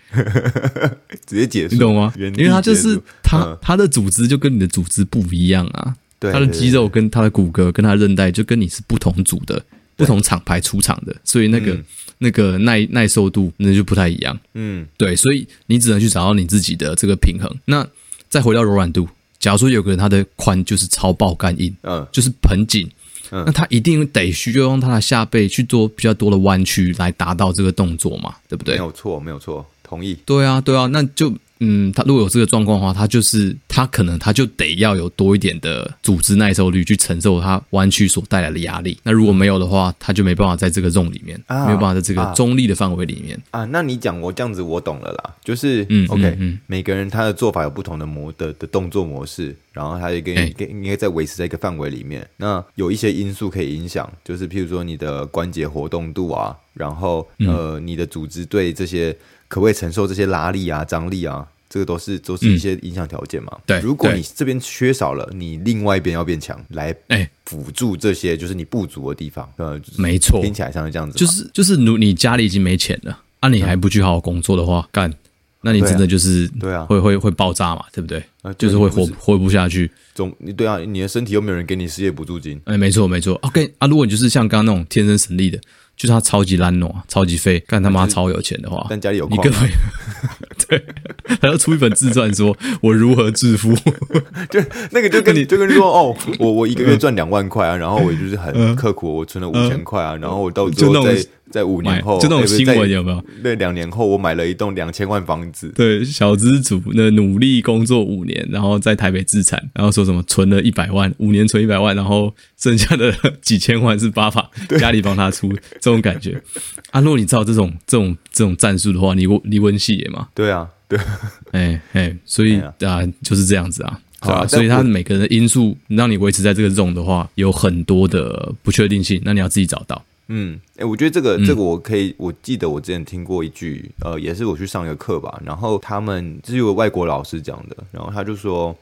直接解释，你懂吗？原因地为他就结是束他嗯他的组织就跟你的组织不一样啊，对他的对对肌肉跟他的骨骼跟他的韧带就跟你是不同组的、不同厂牌出厂的，所以那个、那个耐耐受度那就不太一样。嗯对，所以你只能去找到你自己的这个平衡。那再回到柔软度，假如说有个人他的髋就是超爆干硬，嗯就是很紧，嗯那他一定得需要用他的下背去做比较多的弯曲来达到这个动作嘛，对不没对？有错，没有错，同意。对啊，对啊，那就嗯，他如果有这个状况的话，他就是他可能他就得要有多一点的组织耐受力去承受他弯曲所带来的压力。那如果没有的话，他就没办法在这个 zone 里面，啊没有办法在这个啊中立的范围里面。啊，那你讲我这样子我懂了啦，就是、嗯 OK，、嗯嗯每个人他的做法有不同的模的的动作模式，然后他也跟哎跟应该在维持在一个范围里面。那有一些因素可以影响，就是譬如说你的关节活动度啊，然后嗯呃、你的组织对这些可不可以承受这些拉力啊、张力啊，这个都是都是一些影响条件嘛。嗯对如果对你这边缺少了，你另外一边要变强来哎、辅助这些就是你不足的地方。呃，就是没错，听起来像是这样子嘛，就是就是你你家里已经没钱了，啊，你还不去好好工作的话，干，那你真的就是对啊会会会爆炸嘛，对不对？啊就是会活活不下去。总对啊，你的身体又没有人给你失业补助金。哎，没错没错。OK 啊，如果你就是像刚刚那种天生神力的，就是他超级懒惰、啊超级废，干他妈超有钱的话，啊但家里有你矿根本 <laughs> 对，还要出一本自传说，我如何致富？就 <laughs> 那个就跟你就跟你说 <laughs> 哦，我我一个月赚两万块啊，然后我就是很刻苦，我存了五千块啊，然后我到嗯最就那后种在在五买年后，就那种哎不是新闻在有没有？对，两年后我买了一栋两千万房子，对，小资主那努力工作五年，然后在台北自产，然后说什么存了一百万，五年存一百万，然后剩下的 <laughs> 几千万是爸 <laughs> 爸家里帮他出，这种感觉。啊，如果你照这种这种这种战术的话，你你温系也嘛，对啊，对， <laughs> 哎哎，所以啊哎、就是这样子啊。好对啊但啊，所以我它每个人的因素让你维持在这个 zone 的话，有很多的不确定性，那你要自己找到。嗯，哎，我觉得这个这个我可以，我记得我之前听过一句，呃，也是我去上一个课吧，然后他们嗯这是有个外国老师讲的，然后他就说，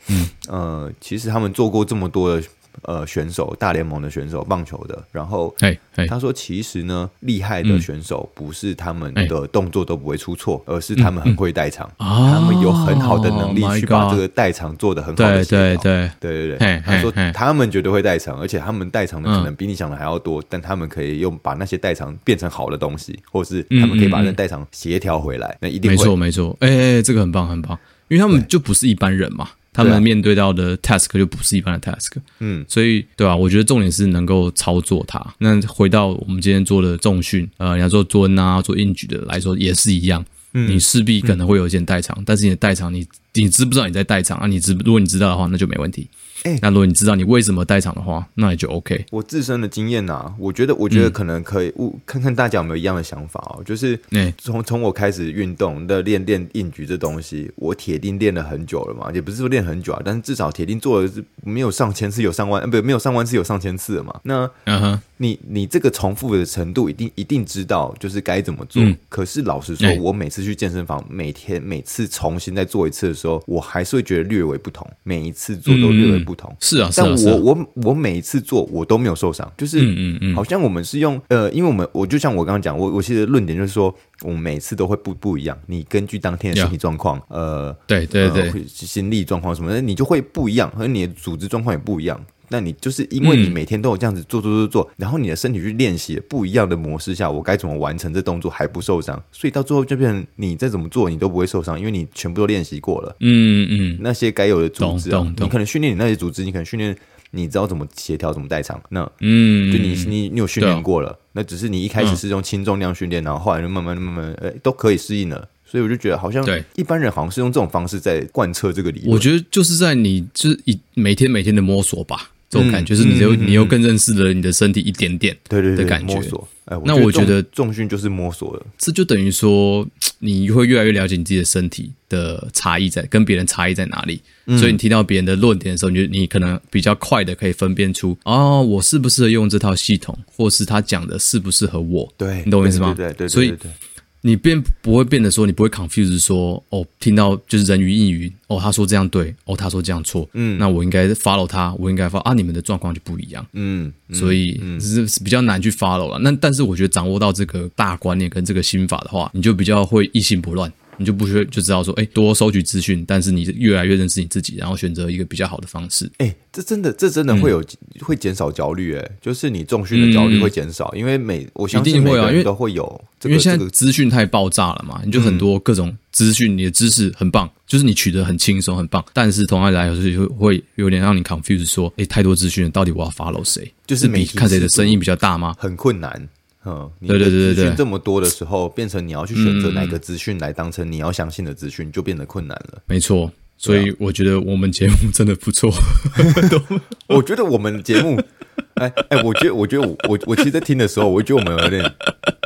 呃，其实他们做过这么多的呃选手，大联盟的选手，棒球的，然后哎哎，嗯他说：“其实呢，厉害的选手不是他们哎的动作都不会出错，而是他们很会带场，哦他们有很好的能力 my 去把 God 这个带场做得很好对对的协调。哦对，对对对嘿，他说嘿嘿他们绝对会代偿，而且他们代偿的可嗯能比你想的还要多，但他们可以用把那些代偿变成好的东西，或是他们可以把那代偿协调回来，那一嗯定没会错没错，哎、哎，这个很棒很棒，因为他们就不是一般人嘛，他对啊们面对到的 task 就不是一般的 task，嗯，所以对啊吧、我觉得重点是能够操作它。那回到我们今天做的重训，呃，你要做蹲啊、做硬举的来说也是一样，嗯你势必可能会有一些代偿，但是你的代偿你你知不知道你在代偿啊？你知如果你知道的话，那就没问题。哎那如果你知道你为什么代偿的话，那也就 OK。我自身的经验呐、啊我觉得，我嗯觉得可能可以，我看看大家有没有一样的想法哦。就是哎从从我开始运动的练练硬举这东西，我铁定练了很久了嘛，也不是说练很久啊，但是至少铁定做了是没有上千次，有上万，呃，不，没有上万次，有上千次了嘛。那嗯哼，你你这个重复的程度，一定一定知道就是该怎么做。嗯可是老实说，哎我每次去健身房，每天每次重新再做一次的时候，我还是会觉得略微不同，每一次嗯做都略微不同。是啊是但啊是我啊，我我每一次做我都没有受伤，就是嗯嗯嗯好像我们是用呃，因为我们我就像我刚刚讲，我我其实论点就是说，我们每次都会不不一样，你根据当天的 Yeah 身体状况，呃，对对呃对，会心力状况什么的，你就会不一样，和你的组织状况也不一样。那你就是因为你嗯每天都有这样子做做做做，然后你的身体去练习不一样的模式下，我该怎么完成这动作还不受伤？所以到最后就变成你再怎么做你都不会受伤，因为你全部都练习过了。嗯嗯。那些该有的组织、懂啊懂，你懂可能训练你那些组织，你可能训练你知道怎么协调、怎么代偿。那嗯就你你你有训对练啊过了，那只是你一开始嗯是用轻重量训练，然后后来就慢慢慢慢，呃，都可以适应了。所以我就觉得好像对一般人好像是用这种方式在贯彻这个理论。我觉得就是在你就是一每天每天的摸索吧，这种感觉、嗯就是你又、嗯嗯你又更认识了你的身体一点点，对对对的感觉摸索。哎，那我觉重得重训就是摸索了。这就等于说你会越来越了解你自己的身体的差异在跟别人差异在哪里。所以你听到别人的论点的时候，你就你可能比较快的可以分辨出哦，我适不适合用这套系统，或是他讲的适不适合我。对，你懂我意思对吗对对对对，所以对对你变不会变得说你不会 confuse 说哦，听到就是人云亦云哦，他说这样对，哦他说这样错，嗯，那我应该 follow 他，我应该 follow 啊，你们的状况就不一样，嗯，所以是是比较难去 follow 了。那但是我觉得掌握到这个大观念跟这个心法的话，你就比较会一心不乱，你就不需要就知道说，哎，多收集资讯，但是你越来越认识你自己，然后选择一个比较好的方式。哎、这真的，这真嗯的会有、会减少焦虑，哎，就是你重训的焦虑会减少，因为每我相一信定每会啊个因人为都会有这因个为现这在个资讯太爆炸了嘛，你就很多各种资讯，你的知识很棒，就是你取得很轻松，很棒。但是同样来说，就会会有点让你 confuse，说，诶，太多资讯了，到底我要 follow 谁？就是比媒体看谁的制度声音比较大吗？很困难。嗯，你对对对对的资对讯这么多的时候，变成你要去选择哪个资讯来当成你要相信的资讯，就变得困难 <laughs> 了。没错，所以我觉得我们节目真的不错。我觉得我们节目，哎哎，我觉得我觉得我我我其实，在听的时候，我觉得我们有点，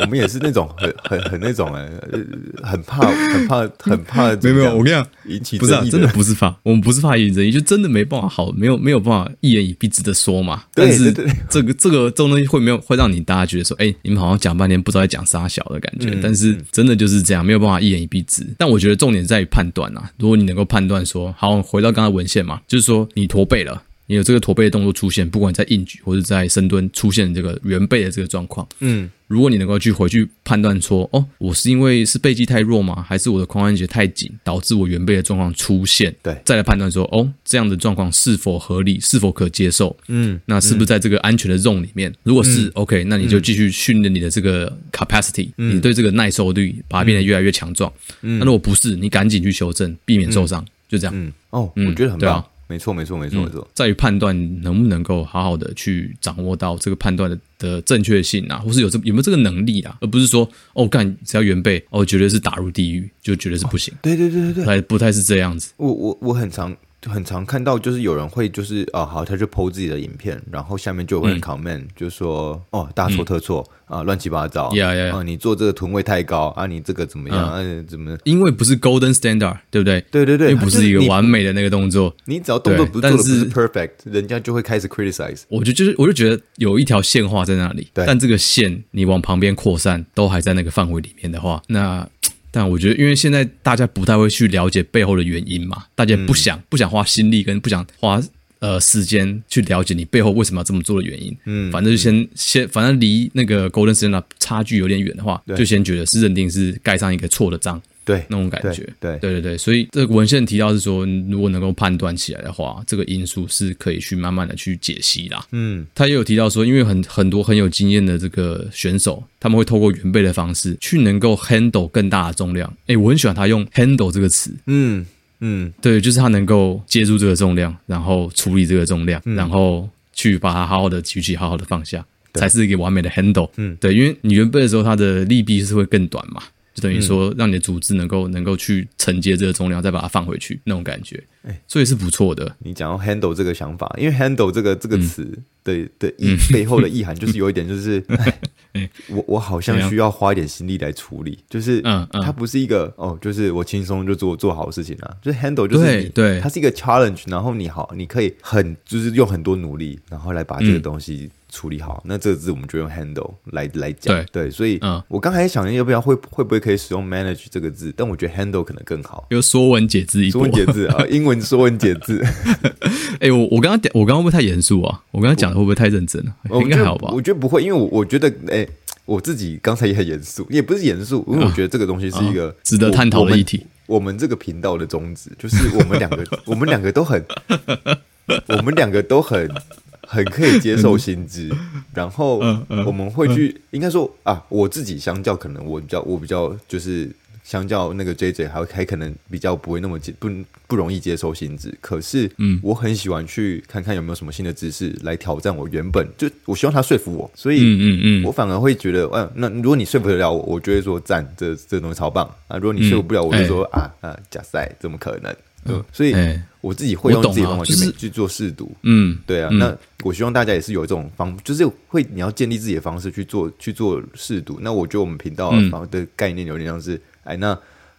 我们也是那种很很很那种哎，呃很怕很怕很怕，没有没 <laughs> 有，我跟你讲，引起不是、啊争、议真的不是怕，我们不是怕一言争议，就真的没办法好，没有没有办法一言以蔽之的说嘛。对但是对对这个这个这种东西会没有会让你大家觉得说，哎、你们好像讲半天不知道在讲啥小的感嗯觉、但是真的就是这样，没有办法一言以蔽之。但我觉得重点在于判断啊，如果你能够判断说，好，回到刚才文献嘛，就是说你驼背了。你有这个驼背的动作出现，不管在硬举或者在深蹲出现这个圆背的这个状况，嗯，如果你能够去回去判断说，哦，我是因为是背肌太弱吗？还是我的髋关节太紧，导致我原背的状况出现？对再来判断说，哦，这样的状况是否合理，是否可接受？嗯，那是不是在这个安全的 zone 里面？如果是、OK，那你就继续训练你的这个 capacity，、你嗯对这个耐受力，把它变得越来越强壮。那如果不是，你赶紧去修正，避免受伤。就这样，嗯哦，我觉得很对棒，啊嗯没错没错没错没错，在于判断能不能够好好的去掌握到这个判断的的正确性啊，或是有这有没有这个能力啊，而不是说哦干只要原背哦绝对是打入地狱，就绝对是不行，对对对 <laughs> 对对不。太不太是这样子。我我我很常很常看到，就是有人会就是啊、好，他就 PO 自己的影片，然后下面就嗯有人 comment、就说哦大错特错、啊乱七八糟 Yeah, yeah, 嗯 yeah 啊你做这个臀位太高啊你这个怎么样、啊怎么因为不是 golden standard，对不对？对对对，因为不就是一个你完美的那个动作，你只要动作对不是做的不但是是 perfect，人家就会开始 criticize。我就就是我就觉得有一条线画在那里，对但这个线你往旁边扩散，都还在那个范围里面的话，那。但我觉得，因为现在嗯大家不太会去了解背后的原因嘛，大家不想、不想花心力，跟不想花呃时间去了解你背后为什么要这么做的原因。嗯反正就先先，反正离那个 Golden Stand Up 差距有点远的话对，就先觉得是认定是盖上一个错的章。对那种感觉。对对对对对，所以这个文献提到是说，如果能够判断起来的话，这个因素是可以去慢慢的去解析啦。嗯，他也有提到说，因为很很多很有经验的这个选手，他们会透过原背的方式去能够 handle 更大的重量。诶，我很喜欢他用 handle 这个词，嗯嗯对，就是他能够接住这个重量，然后处理这个重量，嗯然后去把它好好的举起，好好的放下，才是一个完美的 handle。嗯，对，因为你原本的时候，它的力臂是会更短嘛，就等于说嗯让你的组织能够能够去承接这个重量，再把它放回去那种感觉，哎所以是不错的。你讲到 handle 这个想法，因为 handle 这个这嗯个词的、的意背后的意涵，就是有一 <laughs> 点就是，哎我我好像需要花一点心力来处理，就是嗯嗯它不是一个哦，就是我轻松就做做好事情啊，就是 handle 就是对你对它是一个 challenge，然后你好，你可以很就是用很多努力，然后来把这个东西。处理好，那这个字我们就用 handle 来来讲，对对，所以，嗯我刚才想要不要会会不会可以使用 manage 这个字，但我觉得 handle 可能更 <laughs> 好，又说文解字一说波文，解字啊，英文说文解字，哎、我我刚刚讲，我刚刚会不会太严肃啊？我刚刚讲的会不会太认真了、我应该觉还得好吧？我觉得不会，因为我我觉得，哎、我自己刚才也很严肃，也不是严肃，因为我觉得这个东西是一个、啊值得探讨我的议。题。我们我们这个频道的宗旨就是我们 <laughs> 两个，我们两个都很，我们两个都很很可以接受薪资，然后嗯我们会去，应该说啊，我自己相较可能我比较我比较就是。相较那个 J J 还还可能比较不会那么接不不容易接受薪资，可是嗯，我很喜欢去看看有没有什么新的知识来挑战我原本就我希望他说服我，所以嗯嗯嗯我反而会觉得，嗯，那如果你说服得了我，我就会说赞，这这东西超棒啊。如果你说服不了，我就说、啊啊，假赛怎么可能？对，所以、嗯哎我自己会用我懂啊自己的方法去、就是去做试读。嗯，对啊，那我希望大家也是有这种方，就是会你要建立自己的方式去做去做试读。那我觉得我们频道嗯的方的概念有点像是，哎，那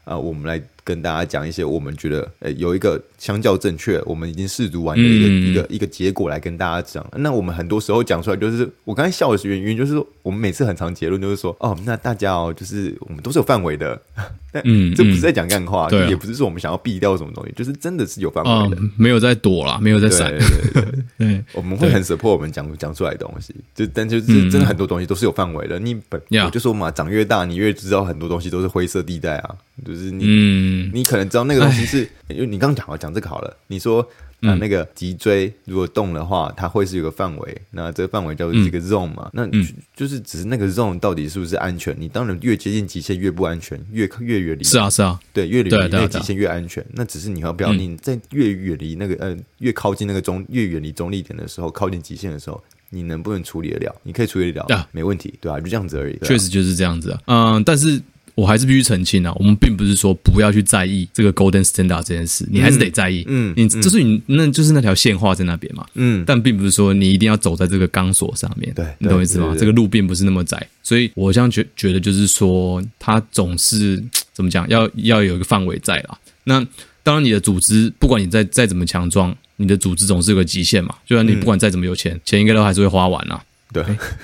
啊，我们来跟大家讲一些我们觉得，呃，有一个相较正确，我们已经试读完的一个、嗯一个一个结果来跟大家讲。那我们很多时候讲出来，就是我刚才笑的原因，就是说我们每次很常结论就是说，哦，那大家哦，就是我们都是有范围的， <laughs> 但嗯这不是嗯在讲干话，对啊也不是说我们想要避掉什么东西，就是真的是有范围啊、的。没有在躲啦，没有在对闪，对对对 <laughs> 对，嗯我们会很 support 我们讲讲出来的东西，就但就是真的很多东西都是有范围的。你本 Yeah 我就说嘛，长越大，你越知道很多东西都是灰色地带啊，就是你、嗯，你可能知道那个东西是，因为你刚刚讲好讲这个好了，你说啊、那个脊椎如果动的话，它会是有个范围，那这个范围叫做这个 zone 嗯嘛，那就就是只是那个 zone 到底是不是安全？你当然越接近极限越不安全，越越远离是啊是啊，对，越离对啊对啊那个对极啊限越安全。那只是你要不要嗯你在越远离那个呃越靠近那个中越远离中立点的时候，靠近极限的时候，你能不能处理得了？你可以处理得了啊，没问题，对吧、就这样子而已。对啊确，实就是这样子啊。嗯，但是我还是必须澄清啊，我们并不是说不要去在意这个 golden standard 这件事，你还是得在意。嗯你就是你那就是那条线画在那边嘛。嗯，但并不是说你一定要走在这个钢索上面，对你对懂我意思对吗？对这个路并不是那么窄，所以我这样觉觉得就是说，它总是怎么讲，要要有一个范围在啦。那当然，你的组织不管你再再怎么强壮，你的组织总是有个极限嘛。就算你嗯不管再怎么有钱，钱应该都还是会花完啦、啊对，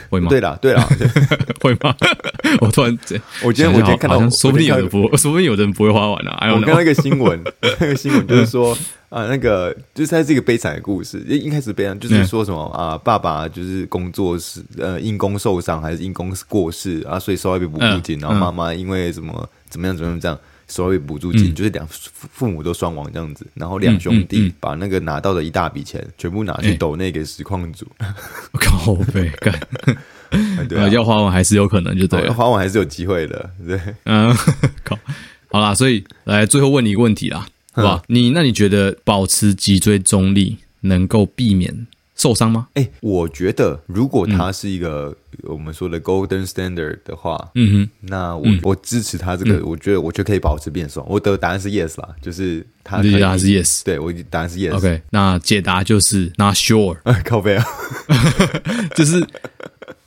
会吗？ <laughs> 对啦，对啦。对 <laughs> 会吗？ <laughs> 我突然这，我今 <laughs> 想天一下我今天看到好像说不定有我人不，说不定有人不会花完啊。哎，我看到一个新闻，那个新闻就是说啊，那个就是它是一个悲惨的故事，一一开始悲惨嗯就是说什么啊，爸爸就是工作是呃因公受伤还是因公过世啊，所以收到一笔补助金，嗯然后妈妈因为什么怎么样怎么样这样。收到一笔补助金，就是两父父母都双亡这样子，然后两嗯兄嗯嗯弟嗯把那个拿到的一大笔钱全部拿去哎抖内给实况 <laughs> 组， <laughs> 靠背干，对啊呃，要花完还是有可能，就对要了。花完还是有机会的，对。嗯， <laughs> 靠，好啦，所以来最后问你一个问题啦，嗯好吧？你那你觉得保持脊椎中立能够避免受伤吗？哎、我觉得如果嗯它是一个我们说的 golden standard 的话，嗯那我、我支持他这个，我觉得我就可以保持变瘦。我的答案是 yes 啦，就是他哼，可以你的答案是 yes。对我答案是 yes。 OK，那解答就是那 sure，<laughs> <laughs> 靠背啊就是，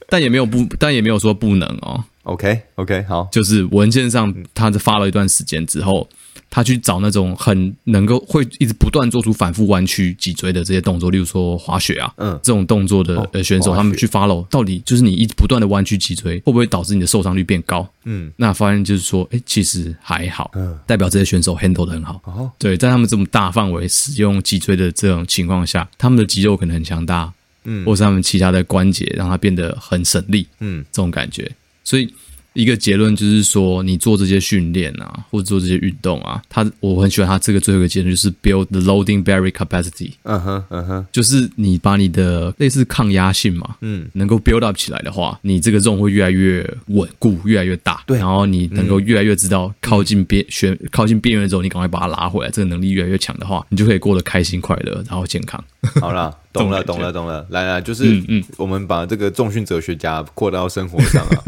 但也没有不，但也没有说不能哦。 ，OK OK，好，就是文件上他发了一段时间之后，他去找那种很能够会一直不断做出反复弯曲脊椎的这些动作，例如说滑雪啊，嗯这种动作的哦呃选手，滑雪他们去 follow，到底就是你一直不断的弯曲脊椎，会不会导致你的受伤率变高？嗯，那发现就是说，哎、其实还好，嗯代表这些选手 handle 的很好。哦，对，在他们这么大范围使用脊椎的这种情况下，他们的肌肉可能很强大，嗯或是他们其他的关节让它变得很省力，嗯这种感觉。所以一个结论就是说，你做这些训练啊，或者做这些运动啊，它我很喜欢它这个最后一个结论就是 build the loading barrier capacity，嗯哼嗯哼就是你把你的类似抗压性嘛，嗯能够 build up 起来的话，你这个 zone 会越来越稳固，越来越大。对嗯然后你能够越来越知道靠近边选靠近边缘的时候，你赶快把它拉回来。这个能力越来越强的话，你就可以过得开心、快乐，然后健 <laughs> 康。好 <laughs> 了，懂了，这种懂感觉了，懂了。来来，就是嗯我们把这个重训哲学家扩大到生活上啊。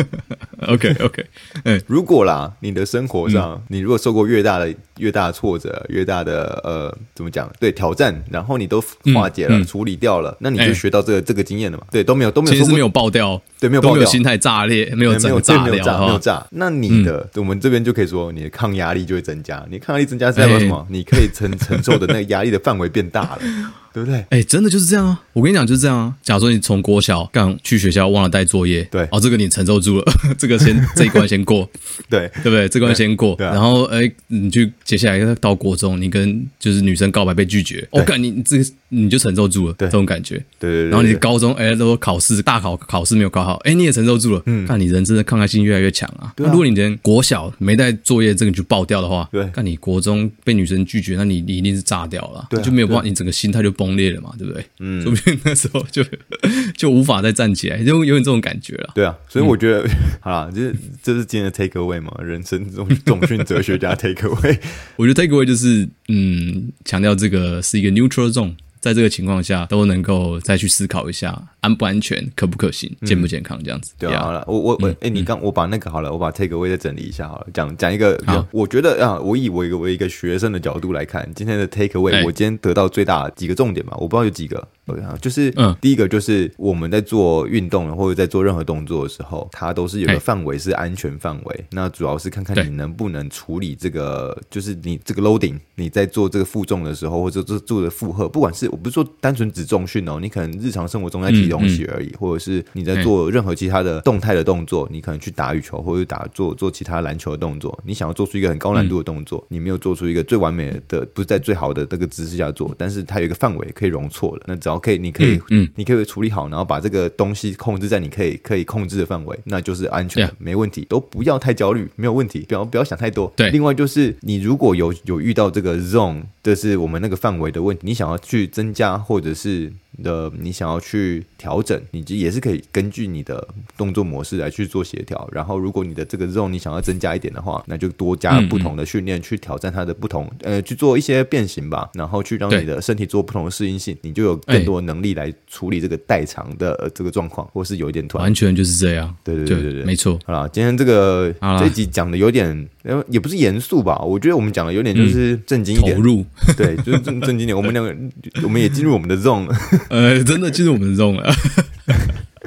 OK OK， <laughs> 嗯如果啦，你的生活上，你如果受过越大的越大的挫折，越大的呃，怎么讲？对挑战，然后你都化解了、嗯嗯处理掉了，那你就哎学到这个、这个经验了嘛？对，都没有都没其有实受是过没有爆掉，对没有都爆没有掉。心态炸裂，没有没整有个对炸没有掉炸，没有哈。嗯炸。那你的，我们这边就可以说，你的抗压力就会增加。你的抗压力增加是代表什哎么？你可以承承受的那个压力的范围变大了， <laughs> 对不对？哎、真的就是这样啊！我跟你讲就是这样啊。假如说你从国小刚去学校忘了带作业，对哦，这个你承受住了， <laughs> 这个先这一关先过，对，对不对？这关先过，对啊然后哎，你就接下来到国中，你跟就是女生告白被拒绝，我对感、干你你这个你就承受住了对这种感觉。对对对。然后你对高中哎，都考试大考考试没有考好，哎，你也承受住了，嗯，看你人生的抗压性越来越强啊。啊那如果你连国小没带作业这个就爆掉的话，对看你国中被女生拒绝，那你你一定是炸掉了，对啊你就没有办法，你整个心态就崩裂了嘛，对不对？嗯，说不定那时候就 <laughs> 就无法再站起来，就有点这种感觉了。对啊，嗯所以我觉得，好啦，这是这是今天的 take away 嘛，人生中总训哲学家 take away。我觉得 takeaway 就是，嗯，强调这个是一个 neutral zone，在这个情况下都能够再去思考一下安不安全、可不可行、健不健康这样子。嗯对 Yeah 嗯啊，好了，我我我，哎、你刚我把那个好了，我把 take away 再整理一下好了，讲讲一个比较好，我觉得啊，我以我一个我一个学生的角度来看，今天的 take away，、哎我今天得到最大的几个重点嘛，我不知道有几个。对啊，就是、嗯第一个就是我们在做运动或者在做任何动作的时候，它都是有哎个范围是安全范围，那主要是看看对你能不能处理这个，就是你这个 loading，你在做这个负重的时候，或者做做的负荷，不管是我不是说单纯只重训哦，你可能日常生活中在嗯提东西嗯而已，或者是你在做任何其他的动态的动作，你可能去打羽球或者打做做其他篮球的动作，你想要做出一个很高难嗯度的动作，你没有做出一个最完美的，不是在最好的那个姿势下做，但是它有一个范围可以容错的，那只要可以，你可以，嗯嗯你可以处理好，然后把这个东西控制在你可以可以控制的范围，那就是安全的 Yeah 没问题，都不要太焦虑，没有问题，不要不要想太多。对另外就是你如果有有遇到这个 zone，这是我们那个范围的问题，你想要去增加或者是的，你想要去调整，你就也是可以根据你的动作模式来去做协调。然后如果你的这个 zone 你想要增加一点的话，那就多加嗯不同的训练去挑战它的不同，呃，去做一些变形吧，然后去让对哎你的身体做不同的适应性，你就有更多的能力来处理这个代偿的、呃这个状况，或是有一点突然完全就是这样。对对对对对没错。好啦，今天这个好啦这一集讲的有点，呃也不是严肃吧？我觉得我们讲的有点就是正经一嗯投点，入， <laughs> 对，就是正正经一点。我们两个， <laughs> 我们也进入我们 <laughs> 的 zone 了。呃，真的就是我们中了。 <laughs>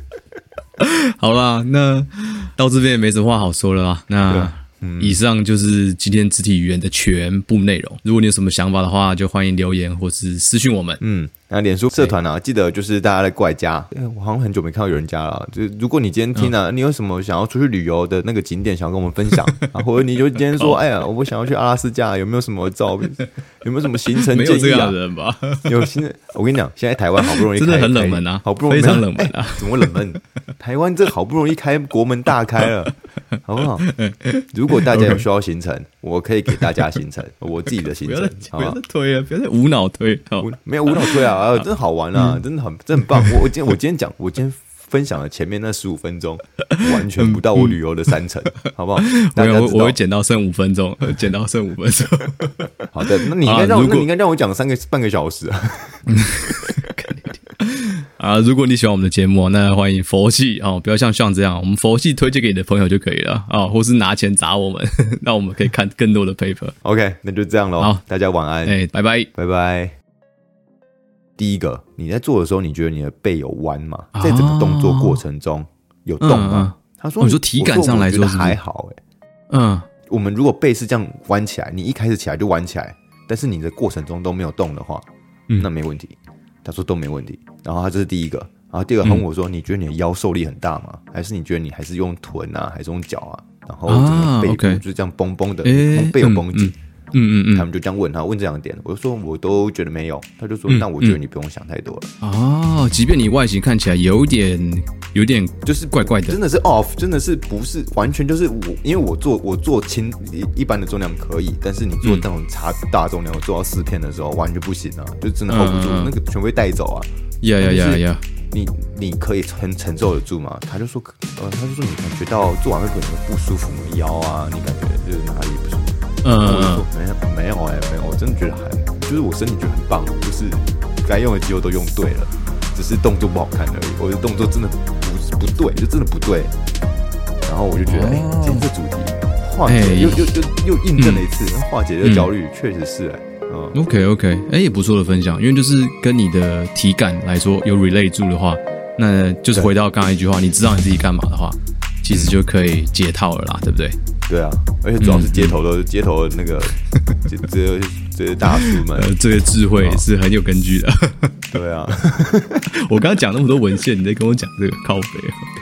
好啦，那到这边也没什么话好说了啦。对那啊、以上就是今天肢体语言的全部内容。如果你有什么想法的话，就欢迎留言或是私讯我们。嗯，那脸书社团啊，记得就是大家来过来加。哎我好像很久没看到有人加了。啊就是如果你今天听嗯了、你有什么想要出去旅游的那个景点想要跟我们分享， <laughs> 啊、或者你就今天哦说，哎呀，我想要去阿拉斯加，有没有什么照片？有没有什么行程 <laughs> 没有建这议啊样？的人吧？有现在，我跟你讲，现在台湾好不容易真的开很冷开门啊好不容易非常冷门啊哎怎么冷门？台湾这好不容易开国门大 <laughs> 开了，好不好？如果大家有需要行程，我可以给大家 <laughs> 行程，我自己的行不要程再，不好不要好再？推了，不要再无脑推。哦好无没有无脑 <laughs> 推啊，啊，真好玩嗯啊，真的很真的很棒。我我今天我今天讲，我今天分享了前面那十五 <laughs> 分钟，完全不到我旅游的三成，好不好？嗯我大家有知我道会。剪到剩五分钟， <laughs> 呃剪到剩五分钟。 <laughs> 好的，那你应该啊让我，如那果你应该让我讲三个半个小时啊。啊，如果你喜欢我们的节目，哦那欢迎佛系哦，不要像像这样，我们佛系推荐给你的朋友就可以了啊、或是拿钱砸我们， <laughs> 那我们可以看更多的 paper。 OK，那就这样喽好，大家晚安。哎，拜拜。拜拜。第一个，你在做的时候，你觉得你的背有弯吗？啊在整个动作过程中有动吗？他哦说你你说体感上来我说是不我觉得是还好、欸，嗯，我们如果背是这样弯起来，你一开始起来就弯起来，但是你的过程中都没有动的话，嗯那没问题。他说都没问题。然后他这是第一个，然后第二个问我说：“你觉得你的腰受力很大吗？还是你觉得你还是用臀啊，还是用脚啊？然后整啊个背部 OK 就是这样绷绷的，诶背有绷紧。嗯嗯他们就这样问他，问这两点，我就说我都觉得没有，他就说、那我觉得你不用想太多了，嗯，哦，即便你外形看起来有点有点就是怪怪的真，的是 off，真的是不是完全就是我，因为我做我做轻一一般的重量可以，但是你嗯做那种差大重量，我做到四片的时候完全不行啊，就真的 hold 不住，嗯嗯嗯那个全部被带走啊。呀呀就呀是呀，你你可以承承受得住吗？他就说，呃，他就说你感觉到做完会可能不舒服吗？腰啊，你感觉就是哪里不舒服？嗯然后我就嗯说没有没有哎、没有，我真的觉得还就是我身体觉得很棒，就是该用的肌肉都用对了，只是动作不好看而已。我的动作真的不不对，就真的不对。然后我就觉得，哎、哦今天这主题化解、哎嗯又又又又印证了一次，化解这焦虑确实是哎、嗯。 OK OK，哎、也不错的分享，因为就是跟你的体感来说有 relate 住的话，那就是对回到刚才一句话，你知道你自己干嘛的话，其实就可以解套了啦，对不对？对啊，而且主嗯要是街头的、街头的那个这这这大叔 <laughs> 们，呃，这个智慧是很有根据的。 <laughs> 对啊，我刚刚讲那么多文献，你在跟我讲这个靠背，哦